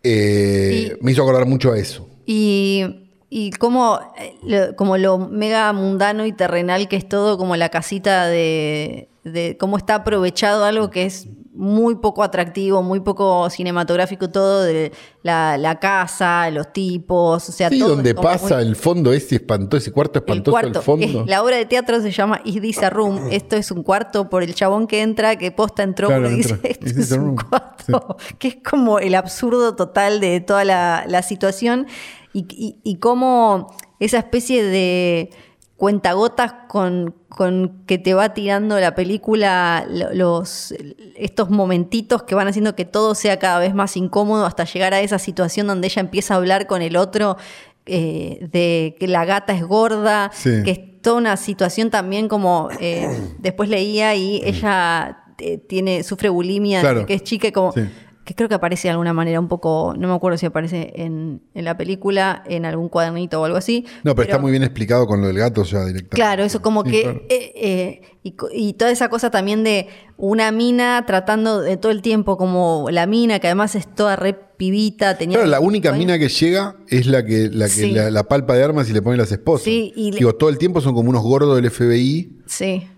A: Eh,
B: Y-
A: Me hizo acordar mucho a eso.
B: Y, y como, eh, lo, como lo mega mundano y terrenal que es todo, como la casita de, de cómo está aprovechado algo que es muy poco atractivo, muy poco cinematográfico todo, de la, la casa, los tipos, o sea,
A: Sí,
B: todo es
A: donde
B: como
A: pasa
B: muy-
A: el fondo ese espantoso, ese cuarto
B: el
A: espantoso
B: cuarto.
A: del fondo.
B: que la obra de teatro se llama Is This a Room. Esto es un cuarto por el chabón que entra, que posta entró
A: Claro,
B: porque dice,
A: entra.
B: esto
A: Is this
B: es
A: a
B: un
A: room?"
B: cuarto. Que es como el absurdo total de toda la, la situación. Y, y, y cómo esa especie de cuentagotas con, con que te va tirando la película, lo- los, estos momentitos que van haciendo que todo sea cada vez más incómodo hasta llegar a esa situación donde ella empieza a hablar con el otro eh, de que la gata es gorda,
A: Sí.
B: que es toda una situación también como eh, después leía y ella eh, tiene sufre bulimia,
A: Claro.
B: que es chica y como
A: Sí.
B: que creo que aparece de alguna manera un poco, no me acuerdo si aparece en, en la película, en algún cuadernito o algo así.
A: No, pero, está muy bien explicado con lo del gato ya directamente.
B: Claro, eso como
A: Sí,
B: que...
A: claro.
B: eh, eh, y, co- y toda esa cosa también de una mina tratando de todo el tiempo como la mina, que además es toda re pibita, tenía...
A: Claro, la
B: 25
A: única
B: años.
A: mina que llega es la que, la, que
B: Sí.
A: la, la palpa de armas y le ponen las esposas.
B: Sí, y le-
A: Digo, todo el tiempo son como unos gordos del FBI,
B: Sí.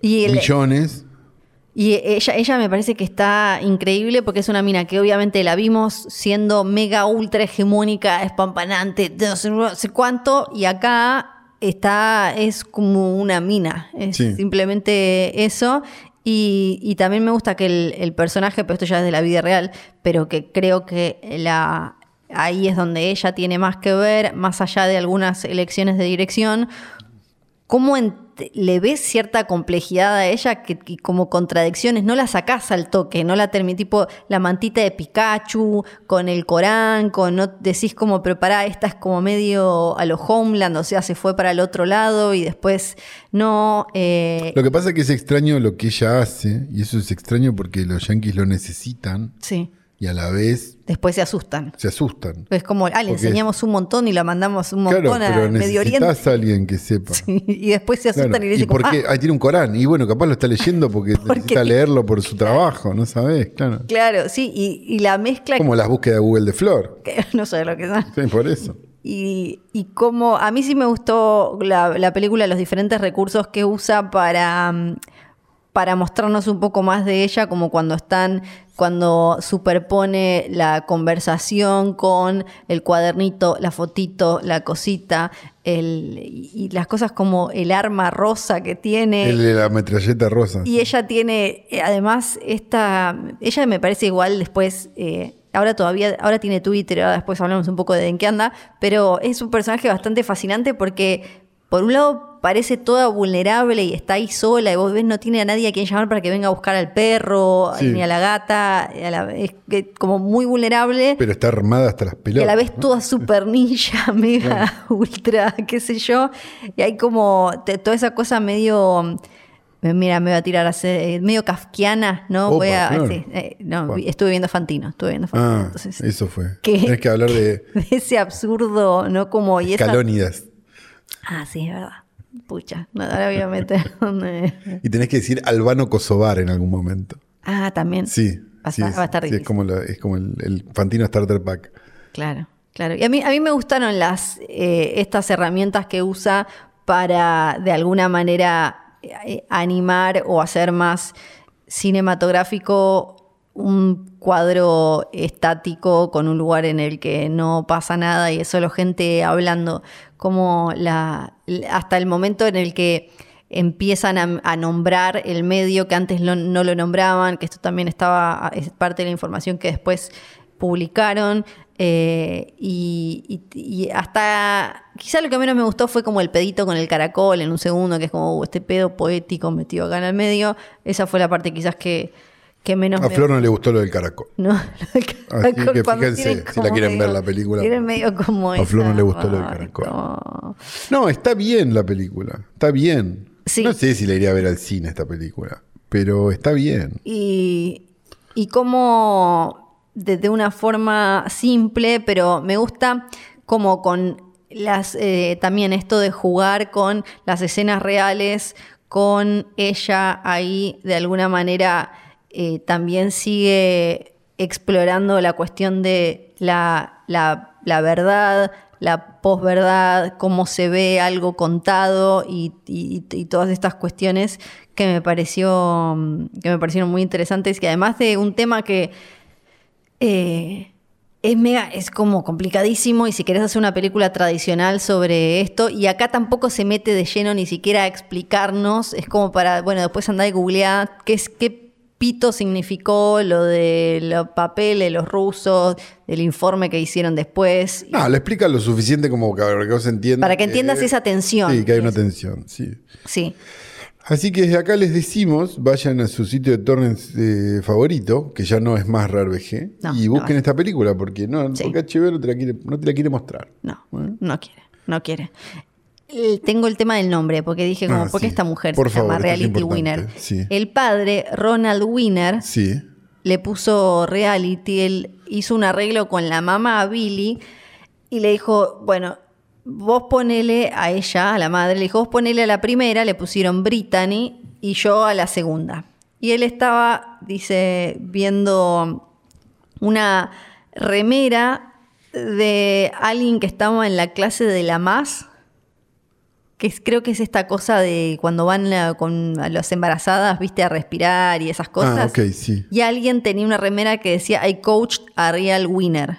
B: Y el,
A: millones.
B: Y ella, ella me parece que está increíble porque es una mina que obviamente la vimos siendo mega ultra hegemónica, espampanante, no sé, no sé cuánto, y acá está, es como una mina, es
A: Sí.
B: simplemente eso. Y, y también me gusta que el, el personaje, pero esto ya es de la vida real, pero que creo que la, ahí es donde ella tiene más que ver, más allá de algunas elecciones de dirección, ¿Cómo ent- le ves cierta complejidad a ella que, que como contradicciones? No la sacás al toque, no la terminás, tipo la mantita de Pikachu, con el Corán, con no decís como, pero pará, esta es como medio a los Homeland, o sea, se fue para el otro lado y después no. eh,
A: Lo que pasa es que es extraño lo que ella hace, y eso es extraño porque los yanquis lo necesitan
B: sí,
A: y a la vez
B: después se asustan.
A: se asustan.
B: Es como, ah, le
A: Porque-
B: enseñamos un montón y la mandamos un montón
A: Claro, pero
B: a Medio Oriente.
A: necesitas a alguien que sepa.
B: y después se asustan
A: Claro.
B: y le
A: ¿Y
B: dicen, como,
A: por qué?
B: "Ah,
A: Ahí tiene un Corán. Y bueno, capaz lo está leyendo porque,
B: Porque-
A: necesita leerlo por su trabajo, no sabes, claro.
B: claro, sí, y, y la mezcla
A: Como las búsquedas de Google de Flor.
B: que no sé lo que son.
A: Sí, por eso.
B: Y, y cómo a mí sí me gustó la, la película, los diferentes recursos que usa para, mm, para mostrarnos un poco más de ella, como cuando están, cuando superpone la conversación con el cuadernito, la fotito, la cosita, el, y, y las cosas como el arma rosa que tiene.
A: El de la metralleta rosa.
B: Eh. Y ella tiene, eh, además, esta. Ella me parece igual después. eh, ahora todavía, ahora tiene Twitter, ahora después hablamos un poco de en qué anda, pero es un personaje bastante fascinante porque, por un lado, parece toda vulnerable y está ahí sola, y vos ves, no tiene a nadie a quien llamar para que venga a buscar al perro,
A: Sí.
B: ni a la gata, a la- es que como muy vulnerable.
A: Pero está armada hasta las
B: Y a
A: pelotas.
B: la vez toda super ninja, mega, ultra, qué sé yo. Y hay como te- toda esa cosa medio. eh, Mira, me voy a tirar a ser eh, medio kafkiana, ¿no?
A: Opa,
B: voy a.
A: claro.
B: sí, eh, no,
A: Opa.
B: vi- estuve viendo Fantino, estuve viendo Fantino.
A: Ah,
B: entonces,
A: eso fue.
B: ¿Qué?
A: Tienes que hablar de
B: ese absurdo, ¿no? Como. Y esa-
A: calónidas.
B: Ah, sí, es verdad. Pucha, no, ahora voy a meter donde-
A: Y tenés que decir albano kosovar en algún momento.
B: Ah, también.
A: Sí.
B: Va a
A: sí,
B: estar-
A: es,
B: va a estar
A: sí, es
B: difícil.
A: como, la- es como el, el Fantino Starter Pack.
B: Claro, claro. Y a mí, a mí me gustaron las, eh, estas herramientas que usa para de alguna manera eh, animar o hacer más cinematográfico un cuadro estático con un lugar en el que no pasa nada y es solo gente hablando, como la, hasta el momento en el que empiezan a, a nombrar el medio que antes lo- no lo nombraban, que esto también estaba, es parte de la información que después publicaron. eh, y, y- y hasta quizá lo que menos me gustó fue como el pedito con el caracol en un segundo, que es como "Uh, este pedo poético metido acá en el medio. Esa fue la parte quizás que, que menos
A: A
B: me
A: Flor no le gustó lo del caracol.
B: no, lo del
A: Así
B: caracol,
A: que
B: cuando
A: fíjense,
B: tienen
A: si la
B: como
A: quieren ver la película.
B: Tienen medio como
A: A Flor no
B: esa-
A: le gustó lo del
B: ay,
A: caracol.
B: no.
A: No, está bien la película. Está bien.
B: Sí.
A: No sé si la iría a ver al cine esta película, pero está bien.
B: Y, y como desde una forma simple, pero me gusta como con las eh, también esto de jugar con las escenas reales, con ella ahí de alguna manera eh, también sigue explorando la cuestión de la, la- la verdad, la posverdad, cómo se ve algo contado y, y- y todas estas cuestiones que me pareció mm, que me parecieron muy interesantes, que además de un tema que eh, es mega, es como complicadísimo y si querés hacer una película tradicional sobre esto, y acá tampoco se mete de lleno ni siquiera a explicarnos, es como para, bueno, después andar y googlear qué es qué pito significó lo de los papeles, los rusos, del informe que hicieron después,
A: No, le explica lo suficiente como que, para que vos entiendas.
B: para que entiendas esa tensión.
A: Sí, que hay una tensión, sí.
B: Sí.
A: Así que desde acá les decimos, vayan a su sitio de torrents eh, favorito, que ya no es más Rar VG,
B: No,
A: y
B: no
A: busquen
B: es.
A: esta película, porque no,
B: Sí.
A: porque HBO no te la quiere, no te la quiere mostrar.
B: No, no quiere, no quiere. El- tengo el tema del nombre, porque dije como,
A: Ah,
B: ¿por qué
A: sí.
B: esta mujer
A: Por
B: se
A: favor,
B: llama
A: esto es
B: Reality
A: importante,
B: Winner?
A: sí.
B: El padre, Ronald Winner,
A: Sí.
B: le puso reality, él hizo un arreglo con la mamá Billy y le dijo, bueno, vos ponele a ella, a la madre, le dijo, vos ponele a la primera, le pusieron Brittany y yo a la segunda. Y él estaba, dice, viendo una remera de alguien que estaba en la clase de la más que es- creo que es esta cosa de cuando van la- con a las embarazadas, viste, a respirar y esas cosas.
A: Ah, ok, sí.
B: Y alguien tenía una remera que decía I coached a real winner.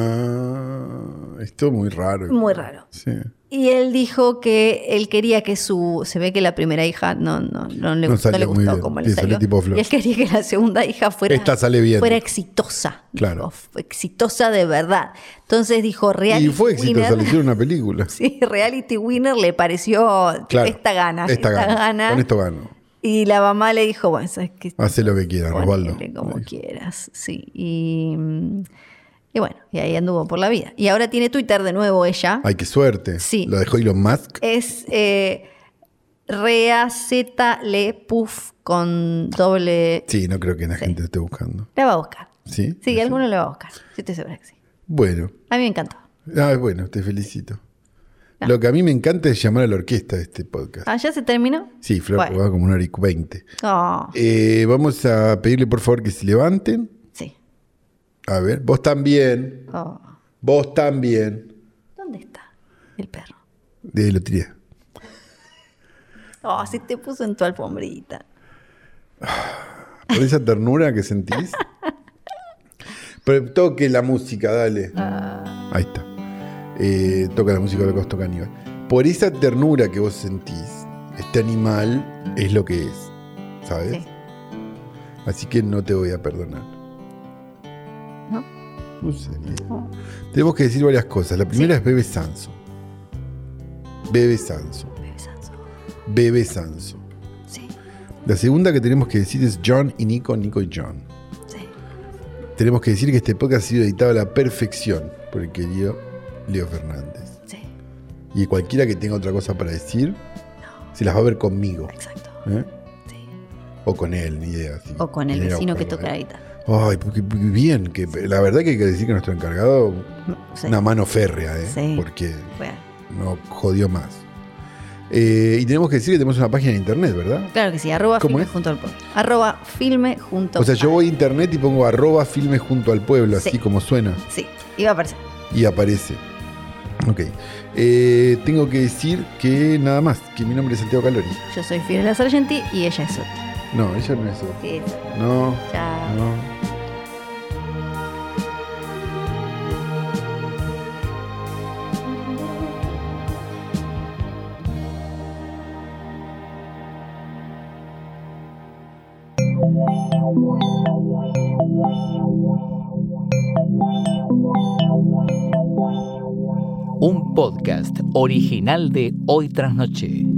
A: Ah, esto es muy raro.
B: Muy raro.
A: Sí.
B: Y él dijo que él quería que su. Se ve que la primera hija no, no, no le,
A: No
B: no
A: salió
B: le
A: muy
B: gustó
A: bien.
B: como
A: Sí,
B: le
A: salió
B: salió.
A: tipo flor.
B: Y él quería que la segunda hija fuera,
A: Esta sale bien.
B: fuera exitosa.
A: Claro.
B: dijo, f- exitosa de verdad. Entonces dijo reality
A: Y fue exitosa, le
B: winner.
A: hicieron una película.
B: Sí, reality winner le pareció
A: Claro.
B: esta gana.
A: Esta, gana. Con esto gano.
B: Y la mamá le dijo, bueno, sabes que
A: Hace lo que quieras, Osvaldo.
B: Ponele como quieras, sí. Y, mm, y bueno, y ahí anduvo por la vida. Y ahora tiene Twitter de nuevo ella.
A: Ay, qué suerte.
B: Sí.
A: Lo dejó Elon Musk.
B: Es eh, Rea Z Le Puff con doble...
A: Sí, no creo que la gente esté buscando.
B: La va a buscar.
A: ¿Sí?
B: Sí, alguno la va a buscar. Yo estoy segura que sí.
A: Bueno.
B: A mí me encantó.
A: Ah, bueno, te felicito. Lo que a mí me encanta es llamar a la orquesta de este podcast.
B: Ah, ¿ya se terminó?
A: Sí, Flor,
B: Bueno.
A: va como una hora y 20.
B: Oh,
A: Eh, vamos a pedirle por favor que se levanten.
B: sí.
A: A ver, vos también.
B: Oh.
A: Vos también.
B: ¿Dónde está el perro?
A: De lo tiré.
B: Oh, se te puso en tu alfombrita.
A: Por esa ternura que sentís. Pero toque la música, dale. Ahí está. Eh, toca la música de Holocausto Caníbal. Por esa ternura que vos sentís, este animal es lo que es. ¿Sabes?
B: Sí.
A: Así que no te voy a perdonar.
B: ¿No?
A: Puse-
B: Oh.
A: Tenemos que decir varias cosas. La primera es Bebe Sanso. Bebe Sanso.
B: Bebe Sanso.
A: Bebe Sanso.
B: Sí,
A: La segunda que tenemos que decir es John y Nico, Nico y John.
B: sí.
A: Tenemos que decir que este podcast ha sido editado a la perfección por el querido Leo Fernández.
B: Sí,
A: Y cualquiera que tenga otra cosa para decir, se las va a ver conmigo.
B: exacto.
A: ¿eh?
B: Sí.
A: O con él, ni idea. si-
B: O con el
A: ni idea,
B: vecino
A: o
B: que
A: con-
B: toca la guitarra.
A: ¿eh? Ay, porque- porque bien, que la verdad que hay que decir que nuestro encargado,
B: Sí.
A: una mano férrea, ¿eh?
B: Sí.
A: porque
B: Real.
A: no jodió más. Eh, y tenemos que decir que tenemos una página de internet, ¿verdad?
B: Claro que sí, arroba
A: ¿Cómo
B: filme
A: es?
B: junto al pueblo. Arroba filme junto
A: O sea, yo
B: al-
A: voy a internet y pongo arroba filme junto al pueblo, así
B: Sí.
A: como suena.
B: Sí, iba a aparecer.
A: y aparece. Ok. Eh, tengo que decir que nada más, que mi nombre es Santiago Calori.
B: Yo soy Fiorella Sargenti y ella es otra.
A: No, ella no es eso.
B: Sí,
A: No,
B: chao.
A: no.
D: Un podcast original de Hoy Tras Noche.